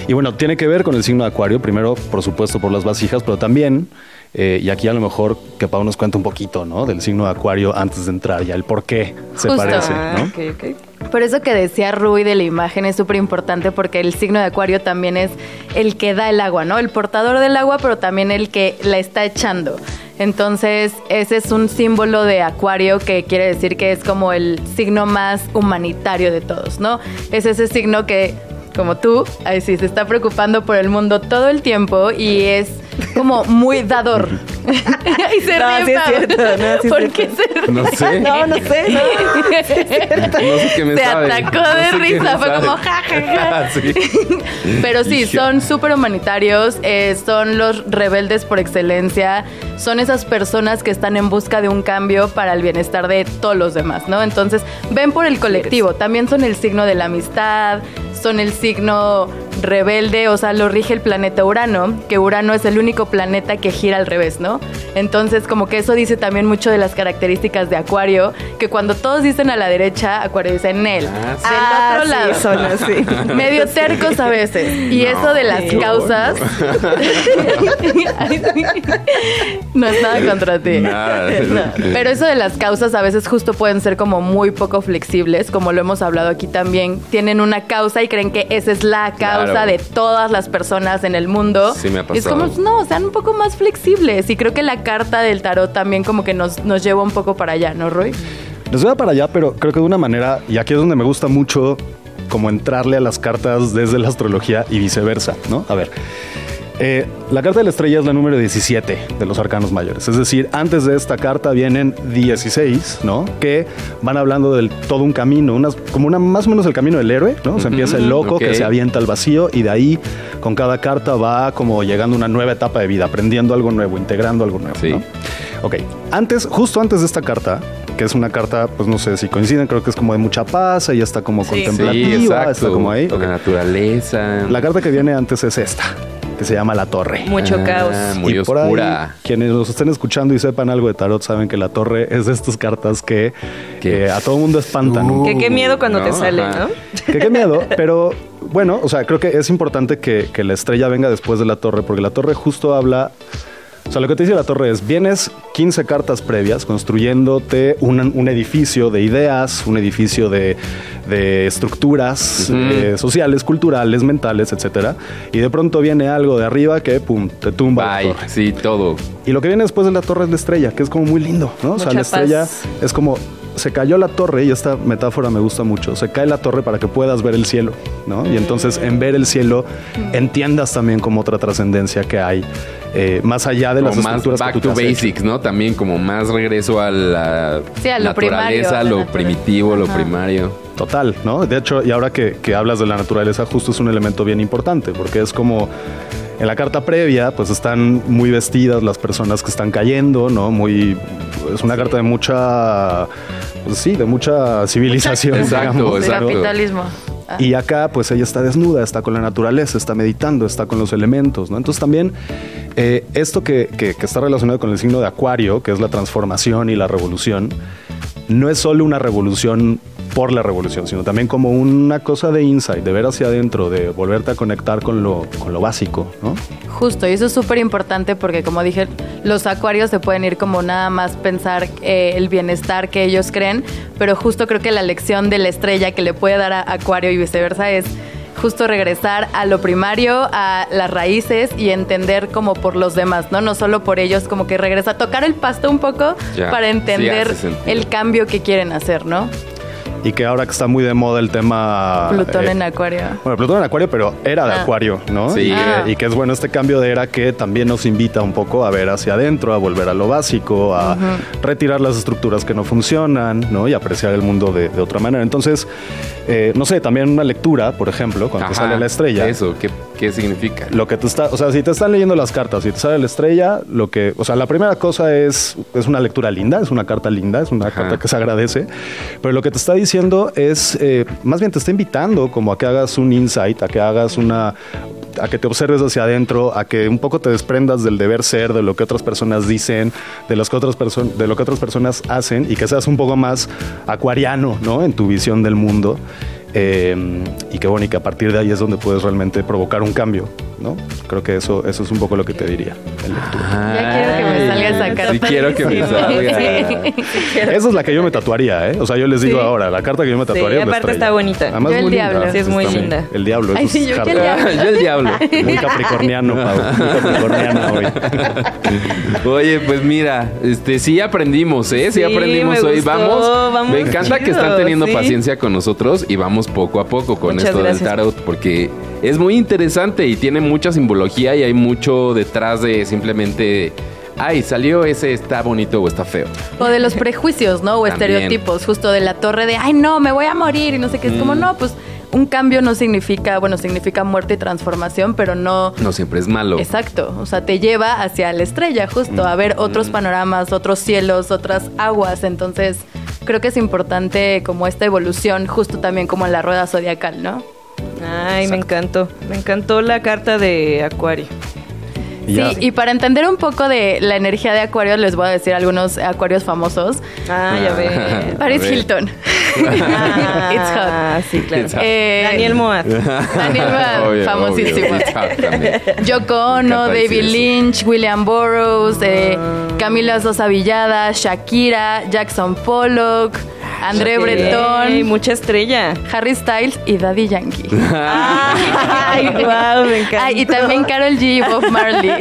[SPEAKER 5] Y bueno, tiene que ver con el signo de Acuario, primero, por supuesto, por las vasijas, pero también, eh, y aquí a lo mejor que Pau nos cuente un poquito, ¿no? Del signo de Acuario antes de entrar, ya el por qué se
[SPEAKER 4] Justo.
[SPEAKER 5] parece,
[SPEAKER 2] Ah,
[SPEAKER 5] ¿no?
[SPEAKER 2] ok, ok.
[SPEAKER 4] Por eso que decía Rui de la imagen es súper importante porque el signo de Acuario también es el que da el agua, ¿no? El portador del agua, pero también el que la está echando. Entonces, ese es un símbolo de Acuario que quiere decir que es como el signo más humanitario de todos, ¿no? Es ese signo que, como tú, ahí sí, se está preocupando por el mundo todo el tiempo y es como muy dador. y se
[SPEAKER 2] No,
[SPEAKER 4] ríe,
[SPEAKER 2] sí es
[SPEAKER 4] Pau.
[SPEAKER 2] cierto, no, sí es
[SPEAKER 4] ¿Por qué se ríe?
[SPEAKER 3] No sé.
[SPEAKER 2] Ah, No, no sé.
[SPEAKER 3] No sé qué me
[SPEAKER 4] Te
[SPEAKER 3] sabe.
[SPEAKER 4] atacó
[SPEAKER 3] No
[SPEAKER 4] de
[SPEAKER 3] sé qué me
[SPEAKER 4] risa, fue como
[SPEAKER 3] sabe. Ah,
[SPEAKER 4] ja, ja, ja.
[SPEAKER 3] Sí.
[SPEAKER 4] Pero sí,
[SPEAKER 3] Hija.
[SPEAKER 4] son súper humanitarios, eh, son los rebeldes por excelencia, son esas personas que están en busca de un cambio para el bienestar de todos los demás, ¿no? Entonces, ven por el colectivo, también son el signo de la amistad, son el signo rebelde, o sea, lo rige el planeta Urano, que Urano es el único planeta que gira al revés, ¿no? Entonces, como que eso dice también mucho de las características de Acuario, que cuando todos dicen a la derecha, Acuario dice en él,
[SPEAKER 3] Ah, sí.
[SPEAKER 4] del
[SPEAKER 2] Ah,
[SPEAKER 4] otro lado
[SPEAKER 2] sí, son así.
[SPEAKER 4] medio tercos a veces. Y eso de las
[SPEAKER 3] qué
[SPEAKER 4] causas. Ay, sí. no es nada contra ti.
[SPEAKER 3] Nada.
[SPEAKER 4] No, Pero eso de las causas a veces justo pueden ser como muy poco flexibles, como lo hemos hablado aquí también. Tienen una causa y creen que esa es la causa
[SPEAKER 3] Claro.
[SPEAKER 4] de todas las personas en el mundo.
[SPEAKER 3] Sí, me ha
[SPEAKER 4] Y es
[SPEAKER 3] pasado.
[SPEAKER 4] como, no, sean un poco más flexibles. Y creo que la carta del tarot también como que nos, nos lleva un poco para allá, ¿no, Roy?
[SPEAKER 5] Les voy a para allá, pero creo que de una manera, y aquí es donde me gusta mucho como entrarle a las cartas desde la astrología y viceversa, ¿no? A ver. eh, la carta de la estrella es la número 17 de los arcanos mayores. Es decir, antes de esta carta vienen 16, ¿no? Que van hablando del todo un camino, unas, como una, más o menos el camino del héroe, ¿no? Se empieza el loco
[SPEAKER 3] ok.
[SPEAKER 5] que se avienta al vacío y de ahí con cada carta va como llegando a una nueva etapa de vida, aprendiendo algo nuevo, integrando algo nuevo.
[SPEAKER 3] Sí.
[SPEAKER 5] ¿no? Ok, antes, justo antes de esta carta, que es una carta, pues no sé si coinciden, creo que es como de mucha paz, ella está como
[SPEAKER 3] Sí,
[SPEAKER 5] contemplativa,
[SPEAKER 3] exacto.
[SPEAKER 5] está como ahí.
[SPEAKER 3] La
[SPEAKER 5] Ok.
[SPEAKER 3] naturaleza.
[SPEAKER 5] La carta que viene antes es esta, que se llama La Torre.
[SPEAKER 2] Mucho
[SPEAKER 3] Ah,
[SPEAKER 2] caos.
[SPEAKER 3] Muy
[SPEAKER 5] Y por ahí,
[SPEAKER 3] oscura.
[SPEAKER 5] quienes nos estén escuchando y sepan algo de tarot saben que La Torre es de estas cartas que
[SPEAKER 3] ¿Qué?
[SPEAKER 5] eh, a todo mundo espantan.
[SPEAKER 3] Uh.
[SPEAKER 2] Que qué miedo cuando te
[SPEAKER 3] No,
[SPEAKER 2] sale,
[SPEAKER 3] ajá.
[SPEAKER 2] ¿no?
[SPEAKER 5] Que qué miedo, pero bueno, o sea, creo que es importante que, que la estrella venga después de la torre, porque la torre justo habla. O sea, lo que te dice la torre es: vienes 15 cartas previas construyéndote un, un edificio de ideas, un edificio de, de estructuras
[SPEAKER 3] Ujú.
[SPEAKER 5] eh, sociales, culturales, mentales, etcétera. Y de pronto viene algo de arriba que, pum, te tumba. la
[SPEAKER 3] Bye.
[SPEAKER 5] torre.
[SPEAKER 3] Sí, todo.
[SPEAKER 5] Y lo que viene después de la torre es la estrella, que es como muy lindo, ¿no? o sea,
[SPEAKER 2] Mucha
[SPEAKER 5] la estrella
[SPEAKER 2] paz.
[SPEAKER 5] es como se cayó la torre y esta metáfora me gusta mucho. Se cae la torre para que puedas ver el cielo, ¿no? Y entonces en ver el cielo
[SPEAKER 2] Mm.
[SPEAKER 5] entiendas también como otra trascendencia que hay eh, más allá de las
[SPEAKER 3] Como más
[SPEAKER 5] estructuras
[SPEAKER 3] back
[SPEAKER 5] que tú
[SPEAKER 3] to
[SPEAKER 5] te has hecho.
[SPEAKER 3] basics, ¿no? También como más regreso a la
[SPEAKER 4] Sí, a lo primario,
[SPEAKER 3] naturaleza,
[SPEAKER 4] a la
[SPEAKER 3] lo
[SPEAKER 4] naturaleza.
[SPEAKER 3] primitivo, lo
[SPEAKER 4] Ajá.
[SPEAKER 3] primario.
[SPEAKER 5] Total, ¿no? De hecho, y ahora que, que hablas de la naturaleza, justo es un elemento bien importante, porque es como en la carta previa, pues están muy vestidas las personas que están cayendo, ¿no? Muy. Es una carta de mucha. Pues sí, de mucha civilización.
[SPEAKER 3] Exacto,
[SPEAKER 5] digamos,
[SPEAKER 4] Del
[SPEAKER 3] exacto.
[SPEAKER 5] ¿no?
[SPEAKER 4] capitalismo. Ah.
[SPEAKER 5] Y acá, pues ella está desnuda, está con la naturaleza, está meditando, está con los elementos, ¿no? Entonces también eh, esto que, que- que está relacionado con el signo de Acuario, que es la transformación y la revolución, no es solo una revolución por la revolución, sino también como una cosa de insight, de ver hacia adentro, de volverte a conectar con lo, con lo básico, ¿no?
[SPEAKER 4] Justo, y eso es súper importante porque como dije, los acuarios se pueden ir como nada más pensar eh, el bienestar que ellos creen, pero justo creo que la lección de la estrella que le puede dar a acuario y viceversa es justo regresar a lo primario, a las raíces y entender como por los demás, ¿no? No solo por ellos, como que regresa a tocar el pasto un poco
[SPEAKER 3] Ya,
[SPEAKER 4] para
[SPEAKER 3] sí
[SPEAKER 4] entender
[SPEAKER 3] hace sentido.
[SPEAKER 4] el cambio que quieren hacer, ¿no?
[SPEAKER 5] Y que ahora que está muy de moda el
[SPEAKER 3] Ah,
[SPEAKER 5] tema...
[SPEAKER 4] Plutón
[SPEAKER 5] eh,
[SPEAKER 4] en acuario.
[SPEAKER 5] Bueno, Plutón en Acuario, pero era de
[SPEAKER 4] Ah.
[SPEAKER 5] Acuario, ¿no?
[SPEAKER 3] Sí.
[SPEAKER 5] Y, que-
[SPEAKER 4] Ah.
[SPEAKER 5] y que es bueno este cambio de era que también nos invita un poco a ver hacia adentro, a volver a lo básico, a retirar las estructuras que no funcionan, ¿no? Y apreciar el mundo de, de otra manera. Entonces, eh, no sé, también una lectura, por ejemplo, cuando te
[SPEAKER 3] Ajá,
[SPEAKER 5] sale la estrella.
[SPEAKER 3] Eso, ¿qué, qué significa?
[SPEAKER 5] Lo que te está, o sea, si te están leyendo las cartas, si te sale la estrella, lo que, o sea, la primera cosa es, es una lectura linda, es una carta linda, es una
[SPEAKER 3] Ajá.
[SPEAKER 5] carta que se agradece, pero lo que te está diciendo es, eh, más bien te está invitando como a que hagas un insight, a que hagas una, a que te observes hacia adentro, a que un poco te desprendas del deber ser, de lo que otras personas dicen, de, las que otras perso- de lo que otras personas hacen y que seas un poco más acuariano, ¿no? En tu visión del mundo. Eh, y que bueno, y que a partir de ahí es donde puedes realmente provocar un cambio, ¿no? Creo que eso, eso es un poco lo que te diría. en lectura.
[SPEAKER 4] Ya quiero que me me salga esa carta.
[SPEAKER 3] Sí quiero que me salga.
[SPEAKER 5] Esa es la que yo me tatuaría, ¿eh? O sea, yo les digo
[SPEAKER 2] Sí.
[SPEAKER 5] ahora, la carta que yo me
[SPEAKER 2] Sí,
[SPEAKER 5] tatuaría. es la
[SPEAKER 2] aparte
[SPEAKER 5] estrella.
[SPEAKER 2] está bonita.
[SPEAKER 5] Además,
[SPEAKER 4] Yo el
[SPEAKER 5] muy linda.
[SPEAKER 4] diablo.
[SPEAKER 2] Sí, es muy
[SPEAKER 5] Está bien.
[SPEAKER 2] linda.
[SPEAKER 5] El diablo.
[SPEAKER 4] Ay,
[SPEAKER 5] eso
[SPEAKER 4] sí,
[SPEAKER 5] es
[SPEAKER 4] yo que el
[SPEAKER 5] hardcore.
[SPEAKER 4] diablo.
[SPEAKER 3] Yo el diablo.
[SPEAKER 5] Muy capricorniano, Pau. Muy capricorniano hoy.
[SPEAKER 3] Oye, pues mira, este sí aprendimos, ¿eh? Sí,
[SPEAKER 2] Sí,
[SPEAKER 3] aprendimos
[SPEAKER 2] me
[SPEAKER 3] hoy.
[SPEAKER 2] gustó,
[SPEAKER 3] vamos.
[SPEAKER 2] vamos
[SPEAKER 3] Me encanta que
[SPEAKER 2] chido,
[SPEAKER 3] están teniendo
[SPEAKER 2] sí.
[SPEAKER 3] paciencia con nosotros y vamos poco a poco con
[SPEAKER 2] Muchas
[SPEAKER 3] esto
[SPEAKER 2] gracias.
[SPEAKER 3] del tarot porque es muy interesante y tiene mucha simbología y hay mucho detrás de simplemente ay, salió ese está bonito o está feo.
[SPEAKER 4] O de los prejuicios, ¿no? O
[SPEAKER 3] También.
[SPEAKER 4] estereotipos, justo de la torre de, ay, no, me voy a morir y no sé qué. Es
[SPEAKER 3] Mm.
[SPEAKER 4] como, no, pues un cambio no significa, bueno, significa muerte y transformación, pero no...
[SPEAKER 3] No siempre es malo.
[SPEAKER 4] Exacto, o sea, te lleva hacia la estrella, justo, a ver otros
[SPEAKER 3] Mm.
[SPEAKER 4] panoramas, otros cielos, otras aguas. Entonces, creo que es importante como esta evolución, justo también como en la rueda zodiacal, ¿no?
[SPEAKER 2] Ay, me encantó. Me encantó la carta de Acuario.
[SPEAKER 5] Y ya.
[SPEAKER 4] Sí, y para entender un poco de la energía de Acuario, les voy a decir algunos acuarios famosos.
[SPEAKER 2] Ah, ya ves.
[SPEAKER 4] Paris
[SPEAKER 3] A ver.
[SPEAKER 4] Hilton. It's hot.
[SPEAKER 2] Ah, sí, claro.
[SPEAKER 3] It's hot.
[SPEAKER 4] Eh,
[SPEAKER 2] Daniel Moat.
[SPEAKER 4] Daniel Mann,
[SPEAKER 3] Obvio,
[SPEAKER 4] famosísimo.
[SPEAKER 3] obvio, It's Hot también.
[SPEAKER 4] Yoko
[SPEAKER 3] Me
[SPEAKER 4] Ono,
[SPEAKER 3] encanta decir
[SPEAKER 4] David
[SPEAKER 3] eso.
[SPEAKER 4] Lynch, William Burroughs, eh, Camila Sosa Villada, Shakira, Jackson Pollock, André
[SPEAKER 2] Ey,
[SPEAKER 4] Breton,
[SPEAKER 2] mucha estrella.
[SPEAKER 4] Harry Styles y Daddy Yankee.
[SPEAKER 2] Ah. Ay, wow, me encanta.
[SPEAKER 4] Ay, y también Carol G y Bob Marley.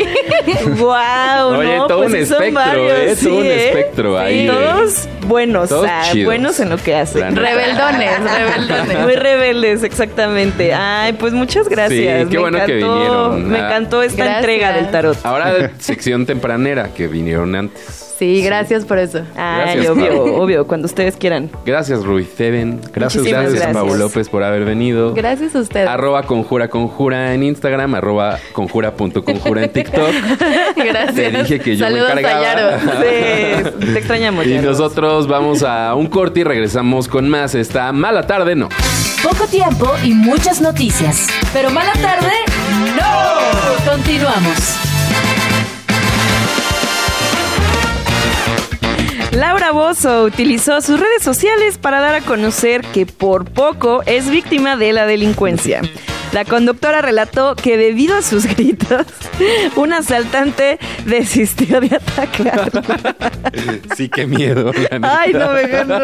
[SPEAKER 2] Wow,
[SPEAKER 3] Oye,
[SPEAKER 2] no,
[SPEAKER 3] todo
[SPEAKER 2] pues
[SPEAKER 3] un
[SPEAKER 2] sí son
[SPEAKER 3] espectro,
[SPEAKER 2] varios,
[SPEAKER 3] ¿eh?
[SPEAKER 2] sí,
[SPEAKER 3] Todo un
[SPEAKER 2] ¿eh?
[SPEAKER 3] espectro
[SPEAKER 2] Sí,
[SPEAKER 3] ahí de-
[SPEAKER 2] Todos buenos,
[SPEAKER 3] Todos
[SPEAKER 2] ah,
[SPEAKER 3] chidos.
[SPEAKER 2] buenos en lo que
[SPEAKER 3] La
[SPEAKER 2] hacen.
[SPEAKER 3] neta.
[SPEAKER 4] rebeldones,
[SPEAKER 2] Muy ¿eh?
[SPEAKER 4] rebeldones.
[SPEAKER 2] rebeldes, exactamente. Ay, pues muchas gracias.
[SPEAKER 3] Sí, qué
[SPEAKER 2] me
[SPEAKER 3] bueno que
[SPEAKER 2] encantó-
[SPEAKER 3] vinieron.
[SPEAKER 2] Me
[SPEAKER 3] Ah.
[SPEAKER 2] encantó esta
[SPEAKER 4] Gracias.
[SPEAKER 2] entrega del tarot.
[SPEAKER 3] Ahora sección tempranera que vinieron antes.
[SPEAKER 4] Sí, gracias por eso.
[SPEAKER 2] Ay,
[SPEAKER 3] Gracias,
[SPEAKER 2] obvio,
[SPEAKER 3] Pau.
[SPEAKER 2] obvio, cuando ustedes quieran.
[SPEAKER 3] Gracias, Ruiz Seven.
[SPEAKER 5] Gracias,
[SPEAKER 3] gracias,
[SPEAKER 2] Muchísimas gracias.
[SPEAKER 3] Pablo López, por haber venido.
[SPEAKER 4] Gracias a ustedes.
[SPEAKER 3] Arroba conjura conjura en Instagram, arroba conjura.conjura en TikTok.
[SPEAKER 4] Gracias.
[SPEAKER 3] Te dije que yo me
[SPEAKER 4] Saludos
[SPEAKER 3] encargaba.
[SPEAKER 4] a Yaro.
[SPEAKER 2] Sí, te extrañamos.
[SPEAKER 3] Y
[SPEAKER 2] Yaro.
[SPEAKER 3] nosotros vamos a un corte y regresamos con más. Esta mala tarde, no.
[SPEAKER 1] Poco tiempo y muchas noticias. Pero mala tarde, no. Continuamos.
[SPEAKER 2] Laura Bozo utilizó sus redes sociales para dar a conocer que por poco es víctima de la delincuencia. La conductora relató que debido a sus gritos, un asaltante desistió de atacarla.
[SPEAKER 3] Sí, qué miedo. la neta.
[SPEAKER 2] Ay, no me gano.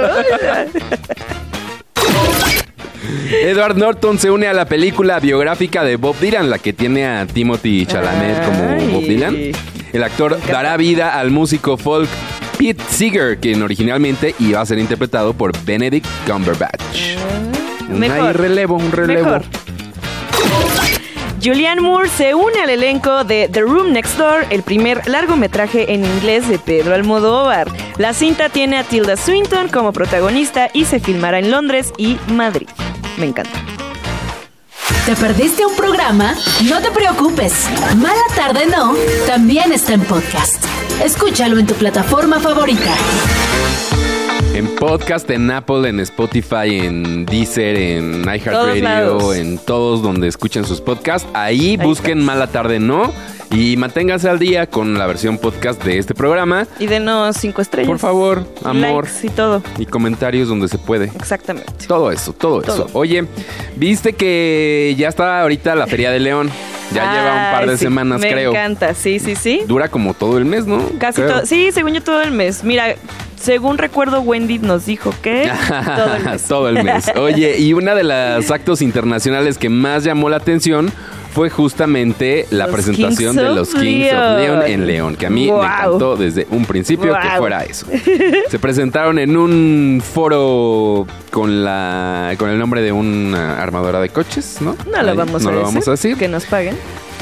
[SPEAKER 3] Edward Norton se une a la película biográfica de Bob Dylan, la que tiene a Timothy Chalamet
[SPEAKER 2] Ay.
[SPEAKER 3] como Bob Dylan. El actor dará vida al músico folk Pete Seeger, quien originalmente iba a ser interpretado por Benedict Cumberbatch. Un
[SPEAKER 2] Mejor.
[SPEAKER 3] ahí relevo, un relevo.
[SPEAKER 2] Mejor. Julianne Moore se une al elenco de The Room Next Door, el primer largometraje en inglés de Pedro Almodóvar. La cinta tiene a Tilda Swinton como protagonista y se filmará en Londres y Madrid. Me encanta.
[SPEAKER 1] ¿Te perdiste un programa? No te preocupes. Mala tarde no, también está en podcast. Escúchalo en tu plataforma favorita.
[SPEAKER 3] En podcast, en Apple, en Spotify, en Deezer, en
[SPEAKER 2] Todos
[SPEAKER 3] iHeartRadio,
[SPEAKER 2] lados.
[SPEAKER 3] en todos donde escuchen sus podcasts. Ahí, busquen
[SPEAKER 2] estamos.
[SPEAKER 3] Mala Tarde No y manténganse al día con la versión podcast de este programa.
[SPEAKER 2] Y denos cinco estrellas.
[SPEAKER 3] Por favor, amor.
[SPEAKER 2] Likes y todo.
[SPEAKER 3] y comentarios donde se puede.
[SPEAKER 2] Exactamente.
[SPEAKER 3] Todo eso, todo,
[SPEAKER 2] Todo.
[SPEAKER 3] eso. Oye, viste que ya está ahorita la Feria de León. Ya lleva un par
[SPEAKER 2] Ay,
[SPEAKER 3] de
[SPEAKER 2] sí,
[SPEAKER 3] semanas,
[SPEAKER 2] me
[SPEAKER 3] creo.
[SPEAKER 2] Me encanta, sí, sí, sí.
[SPEAKER 3] Dura como todo el mes, ¿no?
[SPEAKER 2] Casi
[SPEAKER 3] Creo.
[SPEAKER 2] todo. Sí, según yo todo el mes. Mira, según recuerdo, Wendy nos dijo que todo el mes.
[SPEAKER 3] Todo el mes. Oye, y una de los actos internacionales que más llamó la atención fue justamente la
[SPEAKER 2] Los
[SPEAKER 3] presentación
[SPEAKER 2] Kings
[SPEAKER 3] de
[SPEAKER 2] of
[SPEAKER 3] los Kings of
[SPEAKER 2] Leon.
[SPEAKER 3] Leon en León, que a mí
[SPEAKER 2] Wow.
[SPEAKER 3] me encantó desde un principio que
[SPEAKER 2] Wow.
[SPEAKER 3] fuera eso. Se presentaron en un foro con la con el nombre de una armadora de coches, ¿no?
[SPEAKER 2] No lo
[SPEAKER 3] Ahí,
[SPEAKER 2] vamos,
[SPEAKER 3] no
[SPEAKER 2] a,
[SPEAKER 3] lo
[SPEAKER 2] decir,
[SPEAKER 3] vamos a decir.
[SPEAKER 2] Que nos paguen.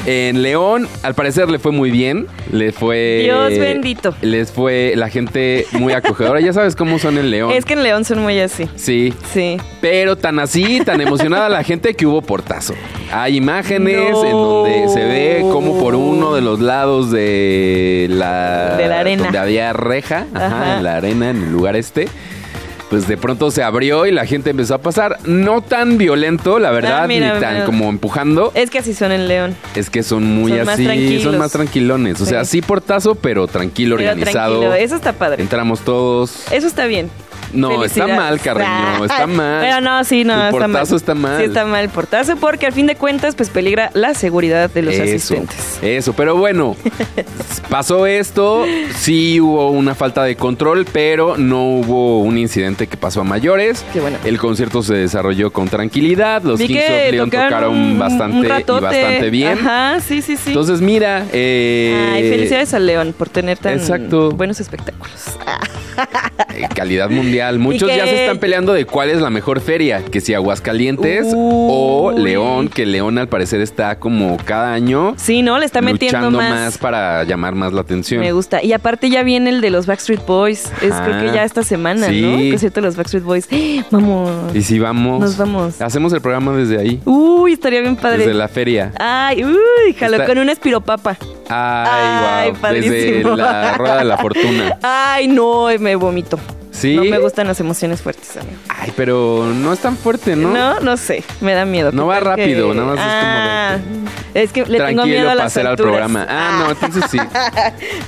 [SPEAKER 3] En León, al parecer le fue muy bien. Le fue.
[SPEAKER 2] Dios bendito.
[SPEAKER 3] Les fue la gente muy acogedora. ya sabes cómo son en León.
[SPEAKER 2] Es que en León son muy así.
[SPEAKER 3] Sí,
[SPEAKER 2] Sí.
[SPEAKER 3] pero tan así, tan emocionada la gente que hubo portazo. Hay imágenes en donde se ve como por uno de los lados de la,
[SPEAKER 2] De la arena.
[SPEAKER 3] Donde había reja, ajá,
[SPEAKER 2] Ajá.
[SPEAKER 3] en la arena, en el lugar este. Pues de pronto se abrió y la gente empezó a pasar. No tan violento, la verdad,
[SPEAKER 2] Ah, mira,
[SPEAKER 3] ni tan
[SPEAKER 2] mira.
[SPEAKER 3] como empujando.
[SPEAKER 2] Es que así son en León.
[SPEAKER 3] Es que son muy
[SPEAKER 2] Son más
[SPEAKER 3] así,
[SPEAKER 2] tranquilos.
[SPEAKER 3] son más tranquilones. O sea, sí portazo, pero tranquilo,
[SPEAKER 2] Pero
[SPEAKER 3] organizado.
[SPEAKER 2] tranquilo, eso está padre.
[SPEAKER 3] Entramos todos.
[SPEAKER 2] Eso está bien.
[SPEAKER 3] No, está
[SPEAKER 2] Felicidades.
[SPEAKER 3] mal, Carreño,
[SPEAKER 2] Ah,
[SPEAKER 3] está mal.
[SPEAKER 2] Pero no, sí, no,
[SPEAKER 3] El
[SPEAKER 2] está mal.
[SPEAKER 3] portazo está mal.
[SPEAKER 2] Sí, está mal el portazo porque al fin de cuentas, pues peligra la seguridad de los
[SPEAKER 3] eso,
[SPEAKER 2] asistentes.
[SPEAKER 3] Eso, pero bueno, pasó esto, sí hubo una falta de control, pero no hubo un incidente que pasó a mayores.
[SPEAKER 2] Qué bueno.
[SPEAKER 3] El concierto se desarrolló con tranquilidad, los
[SPEAKER 2] Vi
[SPEAKER 3] Kings
[SPEAKER 2] que
[SPEAKER 3] of Leon
[SPEAKER 2] tocaron, un-
[SPEAKER 3] bastante
[SPEAKER 2] un
[SPEAKER 3] y
[SPEAKER 2] ratote.
[SPEAKER 3] bastante bien.
[SPEAKER 2] Ajá, sí, sí, sí.
[SPEAKER 3] Entonces mira, eh,
[SPEAKER 2] Ay, felicidades a León por tener tan
[SPEAKER 3] exacto.
[SPEAKER 2] buenos espectáculos.
[SPEAKER 3] eh, calidad mundial. Muchos ya
[SPEAKER 2] que-
[SPEAKER 3] se están peleando de cuál es la mejor feria, que si Aguascalientes o
[SPEAKER 2] Uy.
[SPEAKER 3] León, que León al parecer está como cada año
[SPEAKER 2] Sí, ¿no? Le está metiendo
[SPEAKER 3] luchando
[SPEAKER 2] más.
[SPEAKER 3] para llamar más la atención.
[SPEAKER 2] Me gusta. Y aparte ya viene el de los Backstreet Boys. Es
[SPEAKER 3] Ajá.
[SPEAKER 2] creo que ya esta semana,
[SPEAKER 3] Sí.
[SPEAKER 2] ¿no? El concierto de los Backstreet Boys. ¡Ah! Vamos.
[SPEAKER 3] Y si vamos.
[SPEAKER 2] Nos vamos.
[SPEAKER 3] Hacemos el programa desde ahí.
[SPEAKER 2] Uy, estaría bien padre.
[SPEAKER 3] Desde la feria.
[SPEAKER 2] Ay, uy, jalo
[SPEAKER 3] Está-
[SPEAKER 2] con una espiropapa.
[SPEAKER 3] Ay,
[SPEAKER 2] Ay,
[SPEAKER 3] guau,
[SPEAKER 2] padrísimo.
[SPEAKER 3] Desde la rueda de la fortuna.
[SPEAKER 2] Ay, no, me vomito.
[SPEAKER 3] Sí.
[SPEAKER 2] No me gustan las emociones fuertes, amigo.
[SPEAKER 3] Ay, pero no es tan fuerte, ¿no?
[SPEAKER 2] ¿No? no, sé, me da miedo.
[SPEAKER 3] No
[SPEAKER 2] ¿Qué
[SPEAKER 3] va
[SPEAKER 2] tal
[SPEAKER 3] rápido, nada más es como
[SPEAKER 2] Ah, es que le
[SPEAKER 3] Tranquilo
[SPEAKER 2] tengo miedo a las
[SPEAKER 3] pasar al
[SPEAKER 2] alturas. Ah,
[SPEAKER 3] programa. Ah, no, entonces sí.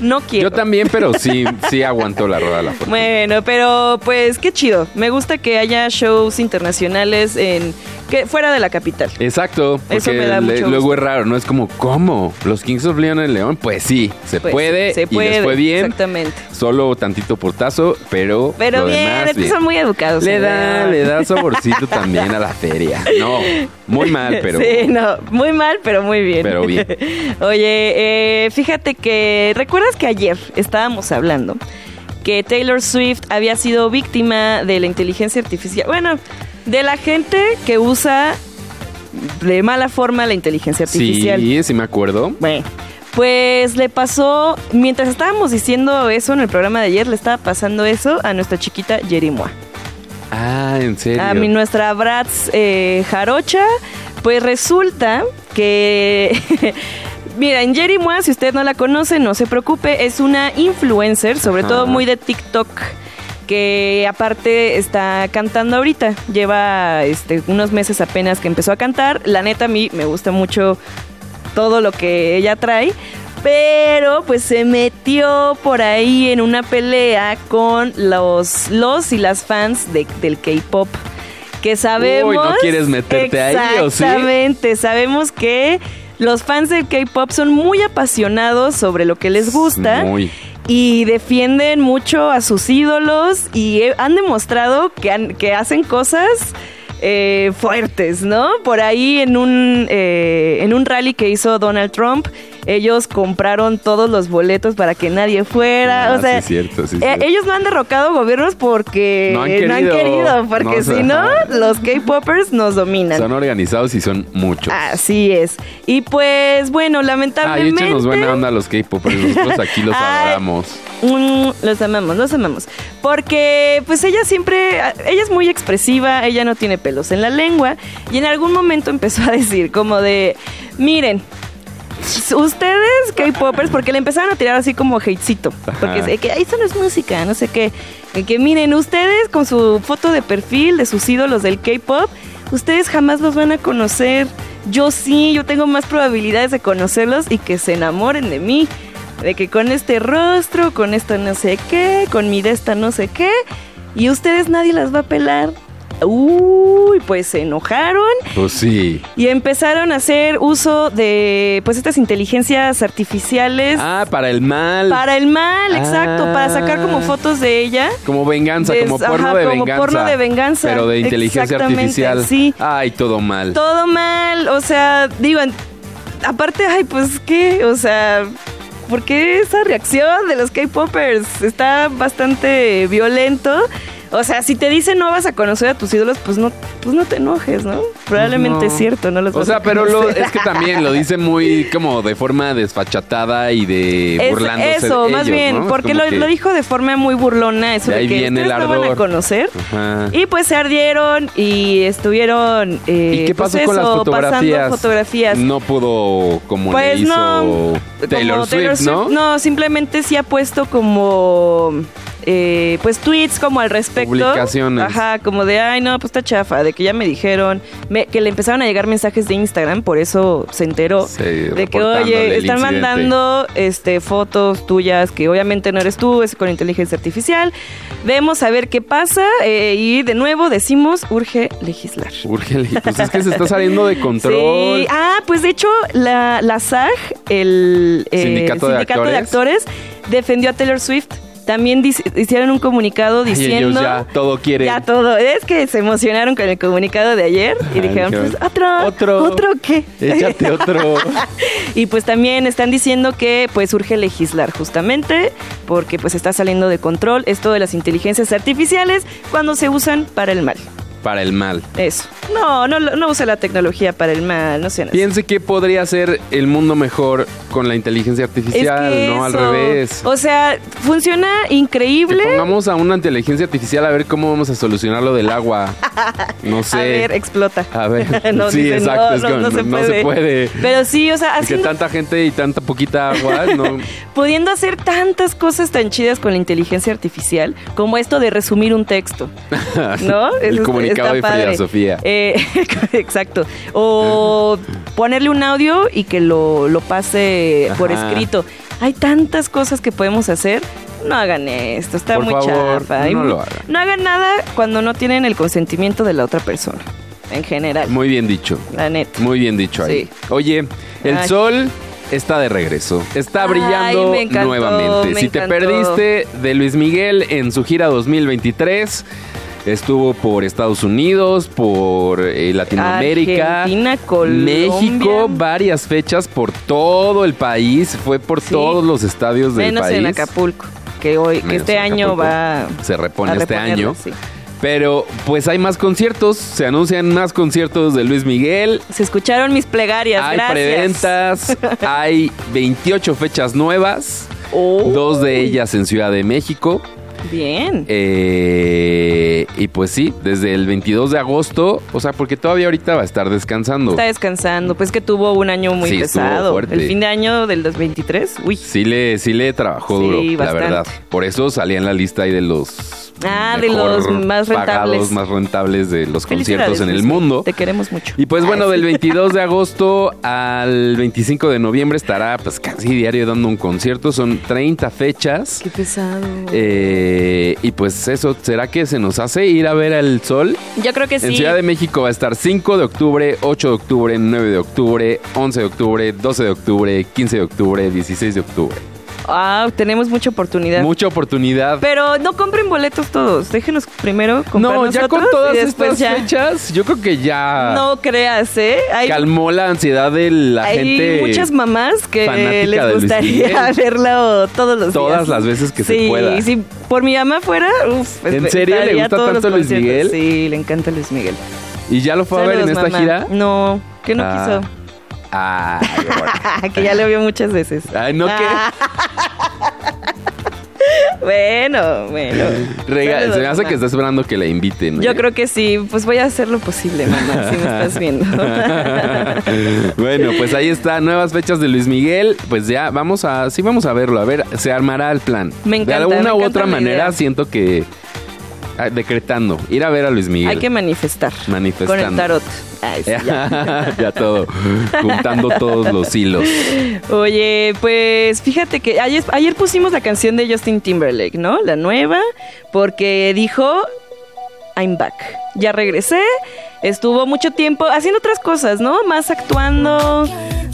[SPEAKER 2] No quiero.
[SPEAKER 3] Yo también, pero sí, sí aguanto la rueda de la fortuna.
[SPEAKER 2] Bueno, pero pues qué chido. Me gusta que haya shows internacionales en que fuera de la capital.
[SPEAKER 3] Exacto, porque
[SPEAKER 2] Eso me da mucho
[SPEAKER 3] luego
[SPEAKER 2] gusto.
[SPEAKER 3] es raro, ¿no? Es como, ¿cómo? ¿Los Kings of Leon en León? Pues sí, se
[SPEAKER 2] Pues,
[SPEAKER 3] puede.
[SPEAKER 2] se
[SPEAKER 3] Y
[SPEAKER 2] puede,
[SPEAKER 3] les fue bien.
[SPEAKER 2] Exactamente.
[SPEAKER 3] Solo tantito portazo, pero.
[SPEAKER 2] Pero
[SPEAKER 3] lo
[SPEAKER 2] bien,
[SPEAKER 3] demás,
[SPEAKER 2] estos son muy educados.
[SPEAKER 3] Le
[SPEAKER 2] en
[SPEAKER 3] da,
[SPEAKER 2] verdad.
[SPEAKER 3] le da saborcito también a la feria. No, muy mal, pero.
[SPEAKER 2] Sí, no, muy mal, pero muy bien.
[SPEAKER 3] Pero bien.
[SPEAKER 2] Oye, eh, fíjate que, ¿recuerdas que ayer estábamos hablando que Taylor Swift había sido víctima de la inteligencia artificial? Bueno, de la gente que usa de mala forma la inteligencia artificial.
[SPEAKER 3] Sí, sí me acuerdo.
[SPEAKER 2] Bueno, pues le pasó, mientras estábamos diciendo eso en el programa de ayer, le estaba pasando eso a nuestra chiquita Jerimoa.
[SPEAKER 3] Ah, en serio.
[SPEAKER 2] A mi nuestra Bratz eh, Jarocha, pues resulta que... Mira, en Jerry Mua, si usted no la conoce, no se preocupe, es una influencer, sobre
[SPEAKER 3] Ajá.
[SPEAKER 2] todo muy de TikTok, que aparte está cantando ahorita. Lleva este, unos meses apenas que empezó a cantar. La neta, a mí me gusta mucho todo lo que ella trae. Pero pues se metió por ahí en una pelea con los, los y las fans de- del K-pop. Que sabemos.
[SPEAKER 3] Uy, ¿no quieres meterte ahí, o sí?
[SPEAKER 2] Exactamente, sabemos que los fans del K-pop son muy apasionados sobre lo que les gusta
[SPEAKER 3] Muy.
[SPEAKER 2] y defienden mucho a sus ídolos y eh, han demostrado que, han- que hacen cosas eh, fuertes, ¿no? Por ahí en un, eh, en un rally que hizo Donald Trump, ellos compraron todos los boletos para que nadie fuera.
[SPEAKER 3] Ah,
[SPEAKER 2] o sea,
[SPEAKER 3] sí, cierto, sí,
[SPEAKER 2] eh,
[SPEAKER 3] cierto.
[SPEAKER 2] ellos no han derrocado gobiernos porque
[SPEAKER 3] No han querido.
[SPEAKER 2] querido,
[SPEAKER 3] No, o
[SPEAKER 2] porque
[SPEAKER 3] sea,
[SPEAKER 2] si no,
[SPEAKER 3] ajá.
[SPEAKER 2] los K-Popers nos dominan.
[SPEAKER 3] Son organizados y son muchos.
[SPEAKER 2] Así es. Y pues bueno,
[SPEAKER 3] Ay,
[SPEAKER 2] lamentablemente...
[SPEAKER 3] échenos Ah, buena onda a los K-popers. Nosotros aquí los
[SPEAKER 2] Ay.
[SPEAKER 3] adoramos.
[SPEAKER 2] Mm, los amamos, los amamos. Porque pues ella siempre, a- ella es muy expresiva, ella no tiene pelos en la lengua y en algún momento empezó a decir como de, miren, s- ustedes K-Popers, porque le empezaron a tirar así como hatecito, porque
[SPEAKER 3] Ajá.
[SPEAKER 2] de que "Ay, eso no es música, no sé qué, Y que miren ustedes con su foto de perfil de sus ídolos del K-Pop, ustedes jamás los van a conocer. Yo sí, yo tengo más probabilidades de conocerlos y que se enamoren de mí. De que con este rostro, con esta no sé qué, con mi de esta no sé qué, y ustedes nadie las va a pelar. Uy, pues se enojaron
[SPEAKER 3] Pues sí.
[SPEAKER 2] y empezaron a hacer uso de pues estas inteligencias artificiales
[SPEAKER 3] Ah, para el mal.
[SPEAKER 2] para el mal,
[SPEAKER 3] Ah.
[SPEAKER 2] exacto, para sacar como fotos de ella.
[SPEAKER 3] Como venganza,
[SPEAKER 2] Des-
[SPEAKER 3] como porno
[SPEAKER 2] ajá,
[SPEAKER 3] de
[SPEAKER 2] como
[SPEAKER 3] venganza.
[SPEAKER 2] porno de venganza.
[SPEAKER 3] Pero de inteligencia
[SPEAKER 2] Exactamente,
[SPEAKER 3] artificial.
[SPEAKER 2] sí.
[SPEAKER 3] Ay, todo mal.
[SPEAKER 2] Todo mal, o sea, digo, en- aparte, ay, pues qué, o sea, ¿por qué esa reacción de los K-Popers? Está bastante violento. O sea, si te dicen no vas a conocer a tus ídolos, pues no, pues no te enojes, ¿no? Probablemente
[SPEAKER 3] No.
[SPEAKER 2] es cierto, no los
[SPEAKER 3] O
[SPEAKER 2] vas
[SPEAKER 3] sea,
[SPEAKER 2] a
[SPEAKER 3] pero lo,
[SPEAKER 2] conocer.
[SPEAKER 3] es que también lo dice muy como de forma desfachatada y de
[SPEAKER 2] Es-
[SPEAKER 3] eh, burlándose
[SPEAKER 2] Eso,
[SPEAKER 3] de
[SPEAKER 2] más
[SPEAKER 3] ellos,
[SPEAKER 2] bien,
[SPEAKER 3] ¿no? Es
[SPEAKER 2] porque
[SPEAKER 3] como
[SPEAKER 2] lo,
[SPEAKER 3] que-
[SPEAKER 2] lo dijo de forma muy burlona, eso
[SPEAKER 3] De
[SPEAKER 2] de,
[SPEAKER 3] ahí
[SPEAKER 2] que
[SPEAKER 3] viene el
[SPEAKER 2] ustedes no van a
[SPEAKER 3] ardor.
[SPEAKER 2] conocer.
[SPEAKER 3] Ajá.
[SPEAKER 2] Y pues se ardieron y estuvieron. eh,
[SPEAKER 3] ¿Y qué
[SPEAKER 2] pues
[SPEAKER 3] pasó con las
[SPEAKER 2] eso,
[SPEAKER 3] fotografías?
[SPEAKER 2] Pasando fotografías.
[SPEAKER 3] No pudo como
[SPEAKER 2] pues
[SPEAKER 3] le hizo
[SPEAKER 2] no. como
[SPEAKER 3] Taylor, Swift, ¿no?
[SPEAKER 2] simplemente sí ha puesto como. eh, pues tweets como al respecto.
[SPEAKER 3] Publicaciones.
[SPEAKER 2] Ajá, como de, ay, no, pues está chafa, de que ya me dijeron, me- que le empezaron a llegar mensajes de Instagram, por eso se enteró.
[SPEAKER 3] Sí,
[SPEAKER 2] de que,
[SPEAKER 3] reportándole el
[SPEAKER 2] oye, están
[SPEAKER 3] incidente.
[SPEAKER 2] mandando este, fotos tuyas que obviamente no eres tú, es con inteligencia artificial. Vemos a ver qué pasa eh, y de nuevo decimos, urge legislar.
[SPEAKER 3] Úrgele. Pues es que se está saliendo de control.
[SPEAKER 2] Sí. Ah, pues de hecho, la, la SAG, el eh,
[SPEAKER 3] Sindicato de
[SPEAKER 2] actores, defendió a Taylor Swift. También dis- hicieron un comunicado
[SPEAKER 3] Ay, ellos
[SPEAKER 2] diciendo.
[SPEAKER 3] ya todo quieren.
[SPEAKER 2] Ya todo. Es que se emocionaron con el comunicado de ayer y
[SPEAKER 3] Ay,
[SPEAKER 2] dijeron,
[SPEAKER 3] dijeron,
[SPEAKER 2] pues, otro.
[SPEAKER 3] "Otro".
[SPEAKER 2] ¿Otro qué?
[SPEAKER 3] Échate otro.
[SPEAKER 2] Y pues también están diciendo que pues urge legislar justamente porque pues está saliendo de control esto de las inteligencias artificiales cuando se usan para el mal.
[SPEAKER 3] Para el mal.
[SPEAKER 2] Eso. No, no, lo- no use la tecnología para el mal, no sean así.
[SPEAKER 3] Piense que podría ser el mundo mejor con la inteligencia
[SPEAKER 2] Es
[SPEAKER 3] artificial,
[SPEAKER 2] que
[SPEAKER 3] ¿no? Al
[SPEAKER 2] eso,
[SPEAKER 3] revés.
[SPEAKER 2] O sea, funciona
[SPEAKER 3] Que
[SPEAKER 2] increíble.
[SPEAKER 3] pongamos a una inteligencia artificial a ver cómo vamos a solucionar lo del agua. No sé.
[SPEAKER 2] A ver, explota.
[SPEAKER 3] A ver.
[SPEAKER 2] No,
[SPEAKER 3] sí,
[SPEAKER 2] dice,
[SPEAKER 3] exacto.
[SPEAKER 2] no,
[SPEAKER 3] es
[SPEAKER 2] no,
[SPEAKER 3] que
[SPEAKER 2] no se puede. Pero sí, o sea,
[SPEAKER 3] Es que
[SPEAKER 2] haciendo-
[SPEAKER 3] tanta gente y tanta poquita agua, no.
[SPEAKER 2] pudiendo hacer tantas cosas tan chidas con la inteligencia artificial, como esto de resumir un texto, ¿no?
[SPEAKER 3] El
[SPEAKER 2] Eso
[SPEAKER 3] comunicado
[SPEAKER 2] está
[SPEAKER 3] de Frida
[SPEAKER 2] padre.
[SPEAKER 3] Sofía.
[SPEAKER 2] Eh, exacto. O ponerle un audio y que lo, lo pase por
[SPEAKER 3] Ajá.
[SPEAKER 2] escrito. Hay tantas cosas que podemos hacer. No hagan esto, está
[SPEAKER 3] Por
[SPEAKER 2] muy
[SPEAKER 3] favor,
[SPEAKER 2] chafa. Hay
[SPEAKER 3] no
[SPEAKER 2] mu-
[SPEAKER 3] lo hagan.
[SPEAKER 2] No hagan nada cuando no tienen el consentimiento de la otra persona, en general,
[SPEAKER 3] Muy bien dicho.
[SPEAKER 2] la neta.
[SPEAKER 3] Muy bien dicho ahí.
[SPEAKER 2] Sí.
[SPEAKER 3] Oye, el
[SPEAKER 2] Ay.
[SPEAKER 3] sol está de regreso. Está
[SPEAKER 2] Ay,
[SPEAKER 3] brillando
[SPEAKER 2] me encantó,
[SPEAKER 3] nuevamente.
[SPEAKER 2] me
[SPEAKER 3] si te
[SPEAKER 2] encantó.
[SPEAKER 3] perdiste de Luis Miguel en su gira 2023, estuvo por Estados Unidos, por eh, Latinoamérica,
[SPEAKER 2] Argentina, Colombia.
[SPEAKER 3] México, varias fechas por todo el país. Fue por
[SPEAKER 2] Sí.
[SPEAKER 3] todos los estadios del
[SPEAKER 2] Menos
[SPEAKER 3] país.
[SPEAKER 2] en Acapulco, que hoy, que
[SPEAKER 3] Menos
[SPEAKER 2] este
[SPEAKER 3] en
[SPEAKER 2] año
[SPEAKER 3] Acapulco.
[SPEAKER 2] va
[SPEAKER 3] Se repone
[SPEAKER 2] a
[SPEAKER 3] este
[SPEAKER 2] reponerla,
[SPEAKER 3] año.
[SPEAKER 2] sí.
[SPEAKER 3] Pero pues hay más conciertos, se anuncian más conciertos de Luis Miguel,
[SPEAKER 2] Se escucharon mis plegarias,
[SPEAKER 3] hay
[SPEAKER 2] gracias.
[SPEAKER 3] preventas, hay 28 fechas nuevas,
[SPEAKER 2] Oh,
[SPEAKER 3] dos de ellas en Ciudad de México.
[SPEAKER 2] Bien.
[SPEAKER 3] eh, y pues sí, desde el 22 de agosto, o sea, porque todavía ahorita va a estar descansando.
[SPEAKER 2] Está descansando, pues que tuvo un año muy
[SPEAKER 3] oh. Sí, estuvo
[SPEAKER 2] pesado.
[SPEAKER 3] fuerte.
[SPEAKER 2] El fin de año del 2023, uy.
[SPEAKER 3] Sí le, sí le trabajó
[SPEAKER 2] Sí,
[SPEAKER 3] duro,
[SPEAKER 2] bastante.
[SPEAKER 3] la verdad. Por eso salía en la lista ahí de los...
[SPEAKER 2] Ah, de
[SPEAKER 3] mejor
[SPEAKER 2] los más
[SPEAKER 3] pagados,
[SPEAKER 2] rentables.
[SPEAKER 3] más rentables de los conciertos
[SPEAKER 2] Felicidades,
[SPEAKER 3] en el
[SPEAKER 2] Luis.
[SPEAKER 3] mundo.
[SPEAKER 2] Te queremos mucho.
[SPEAKER 3] Y pues bueno,
[SPEAKER 2] Ay,
[SPEAKER 3] del
[SPEAKER 2] sí.
[SPEAKER 3] 22 de agosto al 25 de noviembre estará pues casi diario dando un concierto, son 30 fechas.
[SPEAKER 2] Qué pesado.
[SPEAKER 3] Eh, y pues eso, ¿será que se nos hace ir a ver al sol?
[SPEAKER 2] Yo creo que Pues sí.
[SPEAKER 3] En Ciudad de México va a estar 5 de octubre, 8 de octubre, 9 de octubre, 11 de octubre, 12 de octubre, 15 de octubre, 16 de octubre.
[SPEAKER 2] Ah, tenemos mucha oportunidad.
[SPEAKER 3] Mucha oportunidad.
[SPEAKER 2] Pero no compren boletos todos. Déjenos primero comprar
[SPEAKER 3] No, ya con
[SPEAKER 2] nosotros
[SPEAKER 3] todas
[SPEAKER 2] y después
[SPEAKER 3] estas
[SPEAKER 2] ya.
[SPEAKER 3] fechas, yo creo que ya
[SPEAKER 2] No creas, ¿eh? Hay,
[SPEAKER 3] calmó la ansiedad de la
[SPEAKER 2] hay
[SPEAKER 3] gente.
[SPEAKER 2] muchas mamás que
[SPEAKER 3] fanática de
[SPEAKER 2] les
[SPEAKER 3] Luis
[SPEAKER 2] gustaría
[SPEAKER 3] Miguel.
[SPEAKER 2] verlo todos los días.
[SPEAKER 3] Todas las veces que se pueda.
[SPEAKER 2] Sí, si por mi mamá fuera, uff.
[SPEAKER 3] ¿En serio le gusta tanto Luis Miguel?
[SPEAKER 2] Sí, le encanta Luis Miguel.
[SPEAKER 3] ¿Y ya lo fue a ver en
[SPEAKER 2] Saludos,
[SPEAKER 3] esta
[SPEAKER 2] mamá.
[SPEAKER 3] gira?
[SPEAKER 2] No, que no
[SPEAKER 3] Ah. Ay, bueno.
[SPEAKER 2] quiso. que ya lo vio muchas veces.
[SPEAKER 3] Ay, no
[SPEAKER 2] Ah. bueno, bueno.
[SPEAKER 3] que. Rega-
[SPEAKER 2] Saludos,
[SPEAKER 3] se me hace
[SPEAKER 2] mamá.
[SPEAKER 3] que está esperando que la inviten.
[SPEAKER 2] Yo creo que sí, pues voy a hacer lo posible, mamá, si me estás viendo.
[SPEAKER 3] bueno, pues ahí está, nuevas fechas de Luis Miguel. Pues ya vamos a, sí vamos a verlo, a ver, se armará el plan.
[SPEAKER 2] Me encanta,
[SPEAKER 3] De alguna
[SPEAKER 2] me
[SPEAKER 3] u
[SPEAKER 2] encanta
[SPEAKER 3] otra
[SPEAKER 2] la
[SPEAKER 3] manera
[SPEAKER 2] idea.
[SPEAKER 3] siento que ah, decretando ir a ver a Luis Miguel.
[SPEAKER 2] Hay que manifestar.
[SPEAKER 3] Manifestando.
[SPEAKER 2] Con el tarot. Ay, sí, ya.
[SPEAKER 3] ya. todo, juntando todos los hilos.
[SPEAKER 2] Oye, pues fíjate que ayer, ayer pusimos la canción de Justin Timberlake, ¿no? La nueva, porque dijo, I'm back. Ya regresé, estuvo mucho tiempo haciendo otras cosas, ¿no? Más actuando,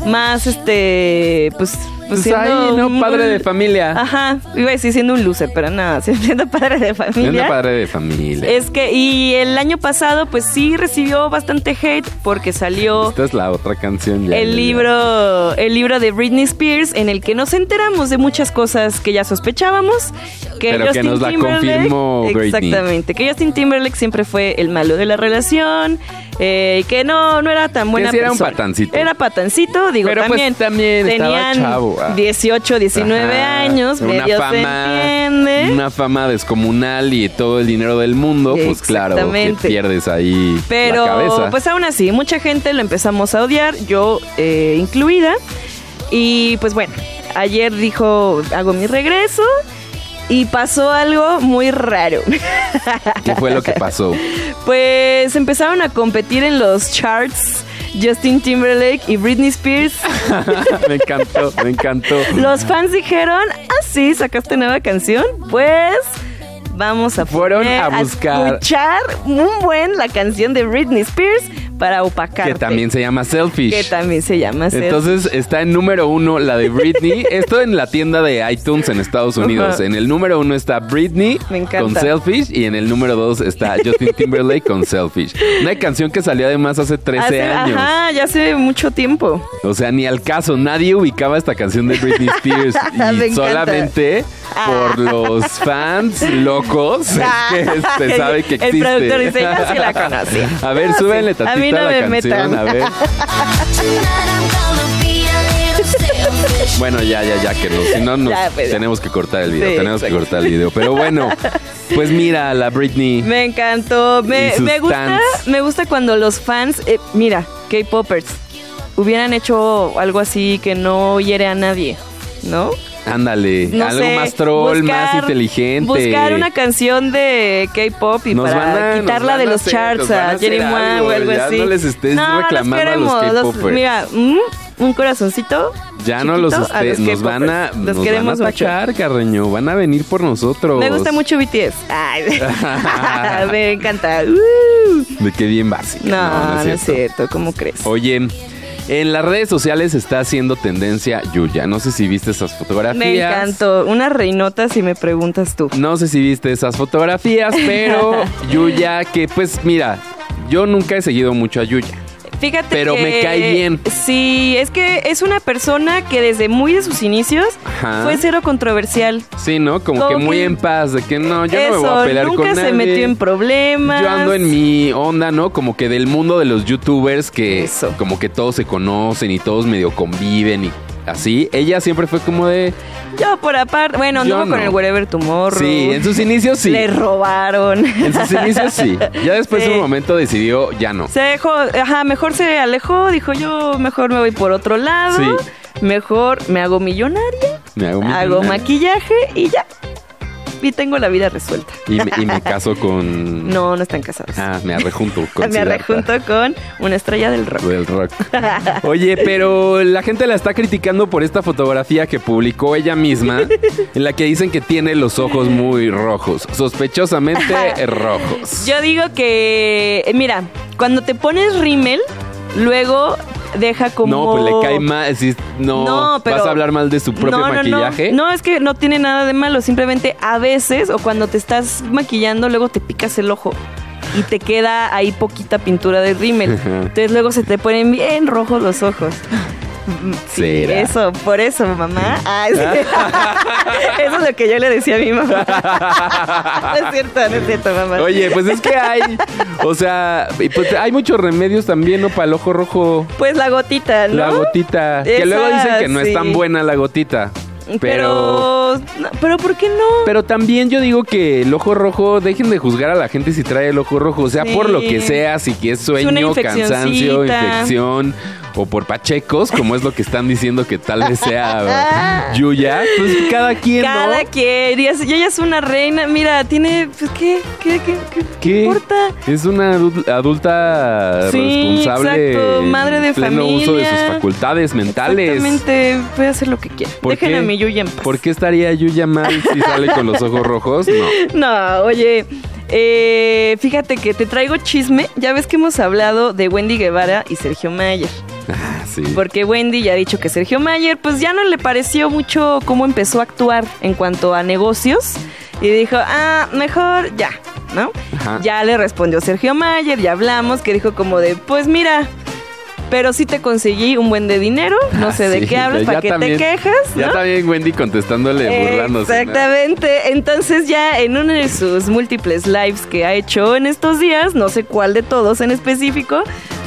[SPEAKER 2] más este, pues... pues
[SPEAKER 3] Pues ahí,
[SPEAKER 2] siendo
[SPEAKER 3] ¿no?
[SPEAKER 2] un-
[SPEAKER 3] Padre de familia.
[SPEAKER 2] Ajá, iba a decir siendo un loser, pero nada, siendo padre de familia.
[SPEAKER 3] Siendo padre de familia.
[SPEAKER 2] Es que, y el año pasado, pues sí recibió bastante hate porque salió
[SPEAKER 3] Esta es la otra canción. ya, ya, ya.
[SPEAKER 2] el libro, el libro de Britney Spears, en el que nos enteramos de muchas cosas que ya sospechábamos. Que
[SPEAKER 3] Pero que
[SPEAKER 2] Justin
[SPEAKER 3] nos la
[SPEAKER 2] Timberlake-
[SPEAKER 3] confirmó Britney.
[SPEAKER 2] Exactamente, que Justin Timberlake siempre fue el malo de la relación, eh, que no, no era tan buena
[SPEAKER 3] sí era un
[SPEAKER 2] persona.
[SPEAKER 3] patancito.
[SPEAKER 2] Era patancito, digo,
[SPEAKER 3] Pero pues
[SPEAKER 2] también,
[SPEAKER 3] también estaba
[SPEAKER 2] tenían
[SPEAKER 3] chavo, ah.
[SPEAKER 2] 18, 19
[SPEAKER 3] Ajá,
[SPEAKER 2] años, medio se entiende.
[SPEAKER 3] una fama descomunal y todo el dinero del mundo, pues claro, que
[SPEAKER 2] Exactamente.
[SPEAKER 3] pierdes ahí la
[SPEAKER 2] Pero
[SPEAKER 3] cabeza.
[SPEAKER 2] pues aún así, mucha gente lo empezamos a odiar, yo eh, incluida. Y pues bueno, ayer dijo, hago mi regreso. y pasó algo muy raro.
[SPEAKER 3] ¿Qué fue lo que pasó?
[SPEAKER 2] Pues empezaron a competir en los charts Justin Timberlake y Britney Spears.
[SPEAKER 3] me encantó, me encantó.
[SPEAKER 2] Los fans dijeron, ah, sí, sacaste nueva canción. Pues vamos a
[SPEAKER 3] Fueron
[SPEAKER 2] poner
[SPEAKER 3] a buscar.
[SPEAKER 2] escuchar un buen la canción de Britney Spears para opacar.
[SPEAKER 3] Que también se llama Selfish.
[SPEAKER 2] que también se llama Selfish.
[SPEAKER 3] Entonces está en número uno la de Britney. Esto en la tienda de iTunes en Estados Unidos.
[SPEAKER 2] Ajá.
[SPEAKER 3] En el número uno está Britney
[SPEAKER 2] Me encanta.
[SPEAKER 3] con Selfish y en el número dos está Justin Timberlake con Selfish. Una canción que salió además hace 13
[SPEAKER 2] Hace-
[SPEAKER 3] años.
[SPEAKER 2] Ajá, ya hace mucho tiempo.
[SPEAKER 3] O sea, ni al caso, nadie ubicaba esta canción de Britney Spears.
[SPEAKER 2] Me
[SPEAKER 3] y
[SPEAKER 2] encanta. Ah.
[SPEAKER 3] solamente por los fans locos es que se sabe que
[SPEAKER 2] El
[SPEAKER 3] existe.
[SPEAKER 2] productor dice, "Yo sí la conocía".
[SPEAKER 3] A ver, súbenle
[SPEAKER 2] sí. A mí
[SPEAKER 3] tantita
[SPEAKER 2] no
[SPEAKER 3] la
[SPEAKER 2] me
[SPEAKER 3] canción,
[SPEAKER 2] metan.
[SPEAKER 3] a ver.
[SPEAKER 6] Tonight I'm gonna be a little selfish.
[SPEAKER 3] Bueno, ya, ya, ya, que no, si no, nos
[SPEAKER 2] Ya, pues, ya.
[SPEAKER 3] tenemos que cortar el video,
[SPEAKER 2] Sí,
[SPEAKER 3] tenemos que
[SPEAKER 2] exacto.
[SPEAKER 3] cortar el video. Pero bueno, pues mira, la Britney.
[SPEAKER 2] Me encantó. Me,
[SPEAKER 3] Y sus
[SPEAKER 2] me gusta,
[SPEAKER 3] tans.
[SPEAKER 2] me gusta cuando los fans, eh, mira, K-Poppers, hubieran hecho algo así que no hiere a nadie, ¿no?
[SPEAKER 3] Ándale,
[SPEAKER 2] No
[SPEAKER 3] algo
[SPEAKER 2] sé,
[SPEAKER 3] más troll,
[SPEAKER 2] buscar-
[SPEAKER 3] más inteligente.
[SPEAKER 2] Buscar una canción de K-pop y
[SPEAKER 3] Nos
[SPEAKER 2] para
[SPEAKER 3] van a- nos
[SPEAKER 2] quitarla
[SPEAKER 3] van
[SPEAKER 2] de
[SPEAKER 3] a
[SPEAKER 2] los
[SPEAKER 3] hacer- nos
[SPEAKER 2] charts
[SPEAKER 3] van a
[SPEAKER 2] a
[SPEAKER 3] hacer
[SPEAKER 2] Jerry Moore
[SPEAKER 3] algo,
[SPEAKER 2] o algo
[SPEAKER 3] ya
[SPEAKER 2] así.
[SPEAKER 3] no les estés
[SPEAKER 2] no, los
[SPEAKER 3] reclamando a los
[SPEAKER 2] queremos,
[SPEAKER 3] K-popers.
[SPEAKER 2] Mira, mm, un corazoncito.
[SPEAKER 3] Ya no los,
[SPEAKER 2] chiquito a
[SPEAKER 3] esté- nos
[SPEAKER 2] K-popers.
[SPEAKER 3] van a,
[SPEAKER 2] Los
[SPEAKER 3] nos
[SPEAKER 2] queremos
[SPEAKER 3] van a
[SPEAKER 2] mucho.
[SPEAKER 3] atacar, Carreño. Van a venir por nosotros.
[SPEAKER 2] Me gusta mucho BTS. Ay, me encanta. Uh.
[SPEAKER 3] De qué bien básico.
[SPEAKER 2] No, no, es, cierto. ¿Cómo crees?
[SPEAKER 3] Oye, en las redes sociales está haciendo tendencia Yuya. No sé si viste esas fotografías.
[SPEAKER 2] Me encantó. Una reinota si me preguntas tú.
[SPEAKER 3] No sé si viste esas fotografías, pero Yuya, que pues mira, yo nunca he seguido mucho a Yuya.
[SPEAKER 2] Fíjate
[SPEAKER 3] Pero
[SPEAKER 2] que-
[SPEAKER 3] me cae bien.
[SPEAKER 2] Sí, es que es una persona que desde muy de sus inicios
[SPEAKER 3] Ajá.
[SPEAKER 2] fue cero controversial.
[SPEAKER 3] Sí, ¿no? Como
[SPEAKER 2] Como
[SPEAKER 3] que muy
[SPEAKER 2] que-
[SPEAKER 3] en paz, de que no, yo no
[SPEAKER 2] Eso,
[SPEAKER 3] me voy a pelear
[SPEAKER 2] nunca
[SPEAKER 3] con nadie.
[SPEAKER 2] se metió en problemas.
[SPEAKER 3] Yo ando en mi onda, ¿no? Como que del mundo de los youtubers que
[SPEAKER 2] Eso.
[SPEAKER 3] como que todos se conocen y todos medio conviven y así. Ella siempre fue como de...
[SPEAKER 2] Yo por aparte. Bueno,
[SPEAKER 3] Yo
[SPEAKER 2] anduvo con
[SPEAKER 3] no.
[SPEAKER 2] el Wherever Tomorrow.
[SPEAKER 3] Sí, en sus inicios sí.
[SPEAKER 2] Le robaron.
[SPEAKER 3] En sus inicios sí. Ya después
[SPEAKER 2] Sí.
[SPEAKER 3] de un momento decidió ya no.
[SPEAKER 2] Se dejó, ajá, mejor se alejó, dijo yo, mejor me voy por otro lado,
[SPEAKER 3] Sí.
[SPEAKER 2] mejor me hago millonaria,
[SPEAKER 3] Me hago,
[SPEAKER 2] hago
[SPEAKER 3] millonario.
[SPEAKER 2] maquillaje y ya. Y tengo la vida resuelta.
[SPEAKER 3] Y me, y me caso con...
[SPEAKER 2] No, no están casados.
[SPEAKER 3] Ah, me arrejunto con
[SPEAKER 2] me
[SPEAKER 3] Siddhartha.
[SPEAKER 2] rejunto con una estrella del rock.
[SPEAKER 3] Del rock. Oye, pero la gente la está criticando por esta fotografía que publicó ella misma, en la que dicen que tiene los ojos muy rojos, sospechosamente rojos.
[SPEAKER 2] Yo digo que, eh, mira, cuando te pones rímel, luego deja como...
[SPEAKER 3] No, pues le cae mal. si- no,
[SPEAKER 2] No, pero-
[SPEAKER 3] vas a hablar mal de su propio
[SPEAKER 2] No, no, no.
[SPEAKER 3] maquillaje.
[SPEAKER 2] No, es que no tiene nada de malo. Simplemente a veces, o cuando te estás maquillando, luego te picas el ojo y te queda ahí poquita pintura de rímel.
[SPEAKER 3] Ajá.
[SPEAKER 2] Entonces luego se te ponen bien rojos los ojos. Sí,
[SPEAKER 3] ¿Será?
[SPEAKER 2] eso, por eso, mamá. Ay, sí. eso es lo que yo le decía a mi mamá. No es cierto, no es cierto, mamá.
[SPEAKER 3] Oye, pues es que hay, o sea, y pues hay muchos remedios también, ¿no? Para el ojo rojo,
[SPEAKER 2] Pues la gotita, ¿no?
[SPEAKER 3] la gotita. que luego
[SPEAKER 2] Esa,
[SPEAKER 3] dicen que no
[SPEAKER 2] sí.
[SPEAKER 3] es tan buena la gotita.
[SPEAKER 2] Pero,
[SPEAKER 3] pero
[SPEAKER 2] no, pero ¿por qué no?
[SPEAKER 3] Pero también yo digo que el ojo rojo, dejen de juzgar a la gente si trae el ojo rojo, o sea,
[SPEAKER 2] Sí.
[SPEAKER 3] por lo que sea, si que es
[SPEAKER 2] una
[SPEAKER 3] sueño,
[SPEAKER 2] infeccioncita.
[SPEAKER 3] cansancio, infección o por pachecos, como es lo que están diciendo que tal vez sea Yuya, pues cada quien,
[SPEAKER 2] Cada
[SPEAKER 3] ¿no?
[SPEAKER 2] quien. Y es- y ella es una reina. Mira, tiene. Pues, ¿qué, qué, qué, qué,
[SPEAKER 3] ¿Qué?
[SPEAKER 2] importa?
[SPEAKER 3] Es una adu- adulta
[SPEAKER 2] Sí,
[SPEAKER 3] responsable,
[SPEAKER 2] exacto, madre de
[SPEAKER 3] en pleno uso de sus
[SPEAKER 2] familia.
[SPEAKER 3] facultades mentales.
[SPEAKER 2] Exactamente. Puede hacer lo que quiera.
[SPEAKER 3] ¿Por
[SPEAKER 2] Dejen
[SPEAKER 3] qué?
[SPEAKER 2] a mi Yuya en paz.
[SPEAKER 3] ¿Por qué estaría Yuya mal si sale con los ojos rojos? No.
[SPEAKER 2] No, oye. eh, fíjate que te traigo chisme. Ya ves que hemos hablado de Wendy Guevara y Sergio Mayer.
[SPEAKER 3] Ah, sí.
[SPEAKER 2] Porque Wendy ya ha dicho que Sergio Mayer, pues ya no le pareció mucho cómo empezó a actuar en cuanto a negocios. Y dijo, ah, mejor ya, ¿no?
[SPEAKER 3] Ajá.
[SPEAKER 2] Ya le respondió Sergio Mayer, ya hablamos, que dijo como de, pues mira, pero sí te conseguí un buen de dinero, no
[SPEAKER 3] Ah,
[SPEAKER 2] sé de
[SPEAKER 3] sí,
[SPEAKER 2] qué hablas,
[SPEAKER 3] ya
[SPEAKER 2] para qué
[SPEAKER 3] también-
[SPEAKER 2] te quejas,
[SPEAKER 3] Ya
[SPEAKER 2] ¿no?
[SPEAKER 3] también Wendy contestándole, burlándose. ¿no?
[SPEAKER 2] Exactamente. Entonces ya en uno de sus múltiples lives que ha hecho en estos días, no sé cuál de todos en específico,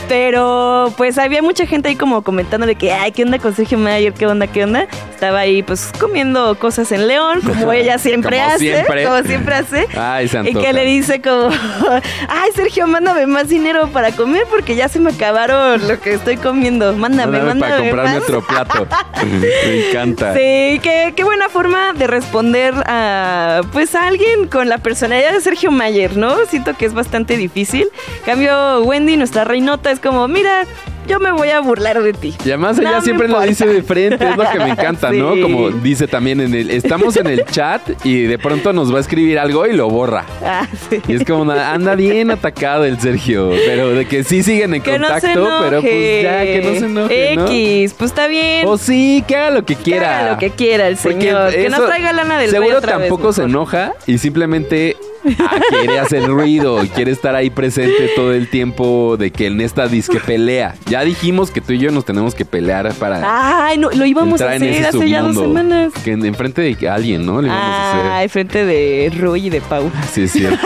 [SPEAKER 2] Pero pues había mucha gente ahí como comentándole que, ay, ¿qué onda con Sergio Mayer? ¿Qué onda? ¿Qué onda? Estaba ahí pues comiendo cosas en León, como ella siempre
[SPEAKER 3] Como
[SPEAKER 2] hace.
[SPEAKER 3] siempre. Ah,
[SPEAKER 2] Como siempre hace.
[SPEAKER 3] Ay, se
[SPEAKER 2] y
[SPEAKER 3] antoja.
[SPEAKER 2] que le dice como, ay, Sergio, mándame más dinero para comer porque ya se me acabaron lo que estoy comiendo. Mándame, mándame.
[SPEAKER 3] para comprarme
[SPEAKER 2] más".
[SPEAKER 3] otro plato. Me encanta.
[SPEAKER 2] Sí, qué, qué buena forma de responder a pues a alguien con la personalidad de Sergio Mayer, ¿no? Siento que es bastante difícil. En Cambio Wendy, nuestra reinota, es como, mira, yo me voy a burlar de ti.
[SPEAKER 3] Y además
[SPEAKER 2] No
[SPEAKER 3] ella
[SPEAKER 2] me
[SPEAKER 3] siempre lo
[SPEAKER 2] importa.
[SPEAKER 3] dice de frente, es lo que me encanta, ¿no?
[SPEAKER 2] Sí.
[SPEAKER 3] Como dice también en el, estamos en el chat y de pronto nos va a escribir algo y lo borra.
[SPEAKER 2] Ah, sí.
[SPEAKER 3] Y es como una- anda bien atacado el Sergio, pero de que sí siguen en
[SPEAKER 2] Que no se
[SPEAKER 3] contacto,
[SPEAKER 2] enoje.
[SPEAKER 3] pero pues ya, que no se enoje, ¿no?
[SPEAKER 2] X, pues está bien.
[SPEAKER 3] O sí, que haga lo que
[SPEAKER 2] Que
[SPEAKER 3] quiera.
[SPEAKER 2] haga lo que quiera el
[SPEAKER 3] Porque
[SPEAKER 2] señor. Que no
[SPEAKER 3] eso-
[SPEAKER 2] traiga lana del
[SPEAKER 3] Seguro
[SPEAKER 2] rey otra vez,
[SPEAKER 3] tampoco se
[SPEAKER 2] mejor.
[SPEAKER 3] enoja y simplemente ah, quiere hacer ruido, y quiere estar ahí presente todo el tiempo de que en esta disque pelea. Ya dijimos que tú y yo nos tenemos que pelear para
[SPEAKER 2] Ay, no, lo íbamos Ah, a
[SPEAKER 3] entrar en
[SPEAKER 2] hacer
[SPEAKER 3] ese
[SPEAKER 2] hace ya dos
[SPEAKER 3] submundo.
[SPEAKER 2] semanas.
[SPEAKER 3] Que en- enfrente de alguien, ¿no? Le vamos a hacer.
[SPEAKER 2] Ay, frente de Roy y de Pau.
[SPEAKER 3] Sí, es cierto.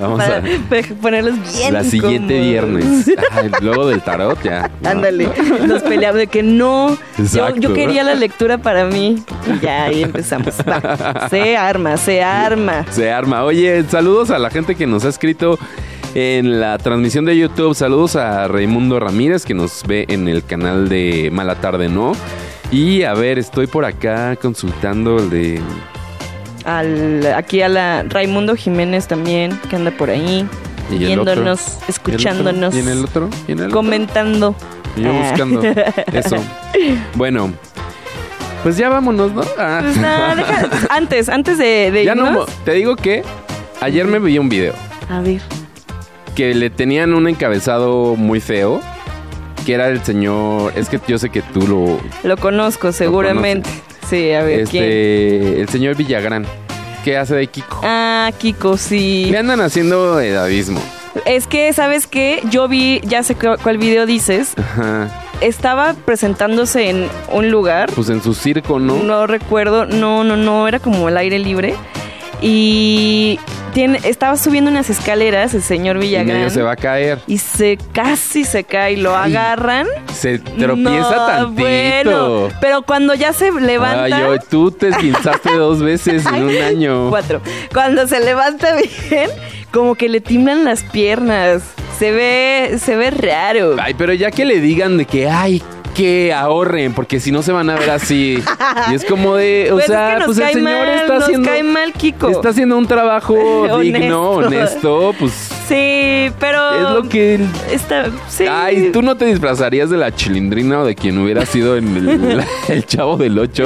[SPEAKER 3] Vamos
[SPEAKER 2] para
[SPEAKER 3] a.
[SPEAKER 2] pe- ponerlos bien.
[SPEAKER 3] La siguiente
[SPEAKER 2] incómodos.
[SPEAKER 3] viernes. Ay, luego del tarot ya. No.
[SPEAKER 2] Ándale, nos peleamos de que no. Yo,
[SPEAKER 3] Exacto.
[SPEAKER 2] yo quería la lectura para mí. Y ya ahí empezamos. Va, Se arma, se arma.
[SPEAKER 3] Se arma. Oye, saludos a la gente que nos ha escrito en la transmisión de YouTube. Saludos a Raimundo Ramírez que nos ve en el canal de Mala Tarde No. Y a ver, estoy por acá consultando el de...
[SPEAKER 2] Al, aquí a la Raimundo Jiménez también, que anda por ahí,
[SPEAKER 3] ¿Y el
[SPEAKER 2] viéndonos,
[SPEAKER 3] otro?
[SPEAKER 2] escuchándonos,
[SPEAKER 3] ¿Y en el otro? ¿Y en el otro?
[SPEAKER 2] comentando.
[SPEAKER 3] Y Yo
[SPEAKER 2] Ah.
[SPEAKER 3] buscando eso. Bueno, pues ya vámonos, ¿no? Ah.
[SPEAKER 2] Pues nada, deja- antes, antes de, de
[SPEAKER 3] ya no,
[SPEAKER 2] irnos,
[SPEAKER 3] te digo que ayer me vi un video.
[SPEAKER 2] A ver.
[SPEAKER 3] que le tenían un encabezado muy feo, que era el señor, es que yo sé que tú lo,
[SPEAKER 2] Lo conozco seguramente. sí, a ver, ¿quién?
[SPEAKER 3] este, el señor Villagrán, que hace de Kiko.
[SPEAKER 2] Ah, Kiko, sí.
[SPEAKER 3] Le andan haciendo edadismo.
[SPEAKER 2] Es que, ¿sabes qué? Yo vi, ya sé cu- cuál video dices,
[SPEAKER 3] Ajá.
[SPEAKER 2] estaba presentándose en un lugar,
[SPEAKER 3] Pues en su circo, ¿no?
[SPEAKER 2] ¿no? recuerdo, no, no, no, era como el aire libre. Y tiene, estaba subiendo unas escaleras el señor
[SPEAKER 3] y en
[SPEAKER 2] Villagrán.
[SPEAKER 3] ello se va a caer.
[SPEAKER 2] y se casi se cae y lo
[SPEAKER 3] Ay,
[SPEAKER 2] agarran.
[SPEAKER 3] Se tropieza
[SPEAKER 2] No,
[SPEAKER 3] tantito.
[SPEAKER 2] Bueno, pero cuando ya se levanta.
[SPEAKER 3] Ay, yo- tú te esguinzaste dos veces en un año.
[SPEAKER 2] Cuatro. Cuando se levanta bien, como que le timblan las piernas. Se ve, se ve raro.
[SPEAKER 3] Ay, pero ya que le digan de que, ay, que ahorren, porque si no se van a ver así. y es como de, o
[SPEAKER 2] Pues es
[SPEAKER 3] sea,
[SPEAKER 2] que nos
[SPEAKER 3] pues el
[SPEAKER 2] cae
[SPEAKER 3] señor
[SPEAKER 2] mal,
[SPEAKER 3] está
[SPEAKER 2] nos
[SPEAKER 3] haciendo.
[SPEAKER 2] cae mal, Kiko.
[SPEAKER 3] Está haciendo un trabajo
[SPEAKER 2] Honesto.
[SPEAKER 3] digno, honesto, pues
[SPEAKER 2] Sí, pero.
[SPEAKER 3] es lo que...
[SPEAKER 2] Está, sí.
[SPEAKER 3] Ay, ¿tú no te disfrazarías de la chilindrina o de quien hubiera sido en el, la- el chavo del 8?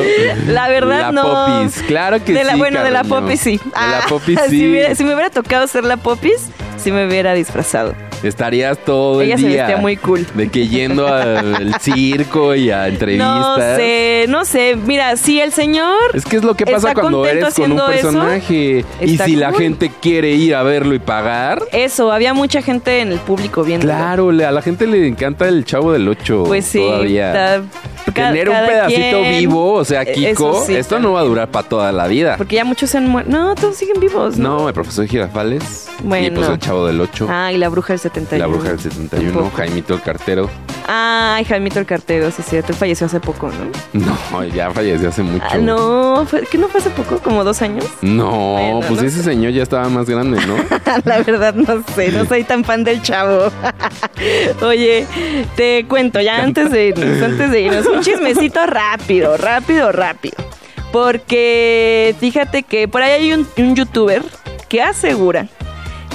[SPEAKER 2] La verdad,
[SPEAKER 3] la
[SPEAKER 2] no.
[SPEAKER 3] Popis, claro que
[SPEAKER 2] de la,
[SPEAKER 3] sí,
[SPEAKER 2] Bueno, de la
[SPEAKER 3] Carreño.
[SPEAKER 2] popis sí.
[SPEAKER 3] De
[SPEAKER 2] Ah,
[SPEAKER 3] la popis
[SPEAKER 2] si
[SPEAKER 3] sí.
[SPEAKER 2] hubiera- Si, me hubiera tocado ser la popis, sí me hubiera disfrazado.
[SPEAKER 3] Estarías todo
[SPEAKER 2] Ella
[SPEAKER 3] el
[SPEAKER 2] se
[SPEAKER 3] día.
[SPEAKER 2] vestía muy cool.
[SPEAKER 3] De que yendo al circo y a entrevistas.
[SPEAKER 2] No sé, no sé. Mira, si el señor.
[SPEAKER 3] Es que es lo que
[SPEAKER 2] ¿Está
[SPEAKER 3] pasa cuando
[SPEAKER 2] contento
[SPEAKER 3] eres con un
[SPEAKER 2] haciendo eso?
[SPEAKER 3] personaje. y
[SPEAKER 2] Está
[SPEAKER 3] si la
[SPEAKER 2] cool.
[SPEAKER 3] gente quiere ir a verlo y pagar,
[SPEAKER 2] Eso, había mucha gente en el público viendo.
[SPEAKER 3] claro, le- a la gente le encanta el chavo del 8.
[SPEAKER 2] Pues sí.
[SPEAKER 3] Todavía.
[SPEAKER 2] está- ca-
[SPEAKER 3] Tener un
[SPEAKER 2] cada
[SPEAKER 3] pedacito
[SPEAKER 2] quien.
[SPEAKER 3] vivo, o sea,
[SPEAKER 2] Eh,
[SPEAKER 3] Kiko,
[SPEAKER 2] eso sí,
[SPEAKER 3] esto
[SPEAKER 2] cada-
[SPEAKER 3] no va a durar para toda la vida.
[SPEAKER 2] Porque ya muchos se han muerto. No, todos siguen vivos. No.
[SPEAKER 3] No, el profesor Girafales. Y
[SPEAKER 2] Bueno.
[SPEAKER 3] pues el chavo del 8.
[SPEAKER 2] Ah, y la bruja del 71.
[SPEAKER 3] La bruja del 71,
[SPEAKER 2] Tampoco.
[SPEAKER 3] Jaimito el cartero.
[SPEAKER 2] Ay, Jaimito el Cartero, sí, es cierto. Él falleció hace poco, ¿no?
[SPEAKER 3] No, ya falleció hace mucho.
[SPEAKER 2] Ah, no, fue- ¿qué no fue hace poco? ¿Como dos años?
[SPEAKER 3] No,
[SPEAKER 2] Bueno,
[SPEAKER 3] pues
[SPEAKER 2] no
[SPEAKER 3] ese señor ya estaba más grande, ¿no?
[SPEAKER 2] La verdad no sé, no soy tan fan del chavo. Oye, te cuento ya antes de irnos, antes de irnos, un chismecito rápido, rápido, rápido. Porque fíjate que por ahí hay un, un youtuber que asegura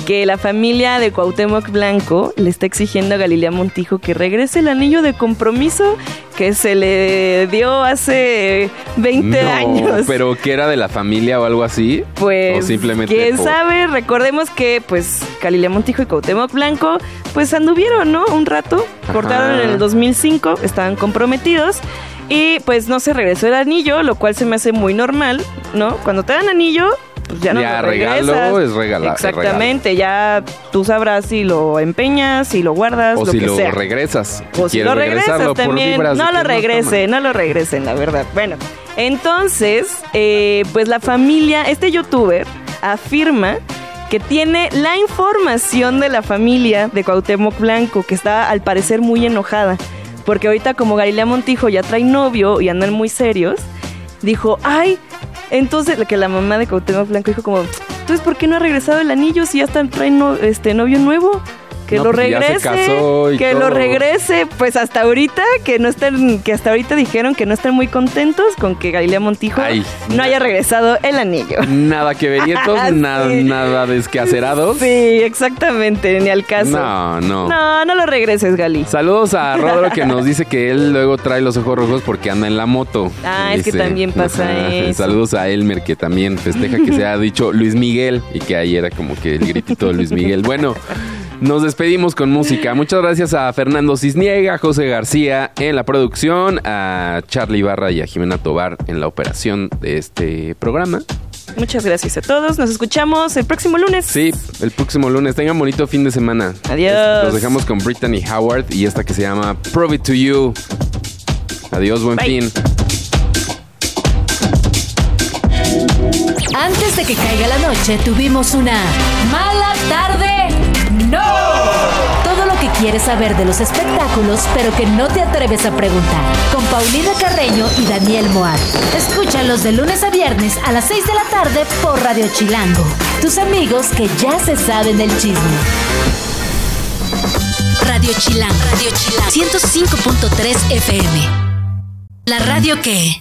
[SPEAKER 2] que la familia de Cuauhtémoc Blanco le está exigiendo a Galilea Montijo que regrese el anillo de compromiso que se le dio hace 20
[SPEAKER 3] no,
[SPEAKER 2] años.
[SPEAKER 3] Pero que era de la familia o algo así.
[SPEAKER 2] Pues,
[SPEAKER 3] O simplemente
[SPEAKER 2] ¿quién
[SPEAKER 3] por-
[SPEAKER 2] sabe? Recordemos que, pues, Galilea Montijo y Cuauhtémoc Blanco, pues, anduvieron, ¿no? Un rato,
[SPEAKER 3] Ajá.
[SPEAKER 2] cortaron en el 2005, estaban comprometidos y, pues, no se regresó el anillo, lo cual se me hace muy normal, ¿no? Cuando te dan anillo, pues, ya no
[SPEAKER 3] Ya,
[SPEAKER 2] lo regresas.
[SPEAKER 3] regalo es regala- es regalo.
[SPEAKER 2] Exactamente, ya tú sabrás si lo empeñas, si lo guardas,
[SPEAKER 3] O
[SPEAKER 2] lo
[SPEAKER 3] si
[SPEAKER 2] que
[SPEAKER 3] lo
[SPEAKER 2] sea.
[SPEAKER 3] regresas.
[SPEAKER 2] O si
[SPEAKER 3] Quiero
[SPEAKER 2] Pues, lo regresas
[SPEAKER 3] regresarlo por
[SPEAKER 2] también.
[SPEAKER 3] vibras de
[SPEAKER 2] no
[SPEAKER 3] que
[SPEAKER 2] lo regresen, no lo regresen, la verdad. Bueno, entonces, eh, pues la familia, este youtuber afirma que tiene la información de la familia de Cuauhtémoc Blanco, que está al parecer muy enojada. Porque ahorita como Galilea Montijo ya trae novio y andan muy serios, dijo, ay, entonces, que la mamá de Cuauhtémoc Blanco dijo como, entonces, ¿por qué no ha regresado el anillo si ya está trae no- este, novio nuevo? Que
[SPEAKER 3] No,
[SPEAKER 2] lo
[SPEAKER 3] pues ya se
[SPEAKER 2] regrese,
[SPEAKER 3] casó y
[SPEAKER 2] que
[SPEAKER 3] todo.
[SPEAKER 2] lo regrese, pues hasta ahorita que no están, que hasta ahorita dijeron que no están muy contentos con que Galilea Montijo
[SPEAKER 3] Ay.
[SPEAKER 2] no haya regresado el anillo.
[SPEAKER 3] Nada que ver, y entonces
[SPEAKER 2] Ah, Sí.
[SPEAKER 3] nada, nada descacerados.
[SPEAKER 2] Sí, exactamente, ni al caso.
[SPEAKER 3] No, no.
[SPEAKER 2] No, no lo regreses, Gali.
[SPEAKER 3] Saludos a Rodro que nos dice que él luego trae los ojos rojos porque anda en la moto.
[SPEAKER 2] Ah, es que también pasa eso.
[SPEAKER 3] Saludos a Elmer que también festeja que se ha dicho Luis Miguel y que ahí era como que el gritito de Luis Miguel. Bueno, nos despedimos con música. Muchas gracias a Fernando Cisniega, a José García en la producción, a Charlie Barra y a Jimena Tobar en la operación de este programa.
[SPEAKER 2] Muchas gracias a todos. Nos escuchamos el próximo lunes.
[SPEAKER 3] Sí, el próximo lunes. Tengan bonito fin de semana.
[SPEAKER 2] Adiós.
[SPEAKER 3] Los dejamos con Brittany Howard y esta que se llama Prove It To You. Adiós, buen
[SPEAKER 2] Bye.
[SPEAKER 3] fin.
[SPEAKER 1] Antes de que caiga la noche tuvimos una mala tarde. No. Todo lo que quieres saber de los espectáculos, pero que no te atreves a preguntar. Con Paulina Carreño y Daniel Moat. Escúchalos de lunes a viernes a las 6 de la tarde por Radio Chilango. Tus amigos que ya se saben el chisme. Radio Chilango. Radio Chilango. 105.3 FM. La radio que...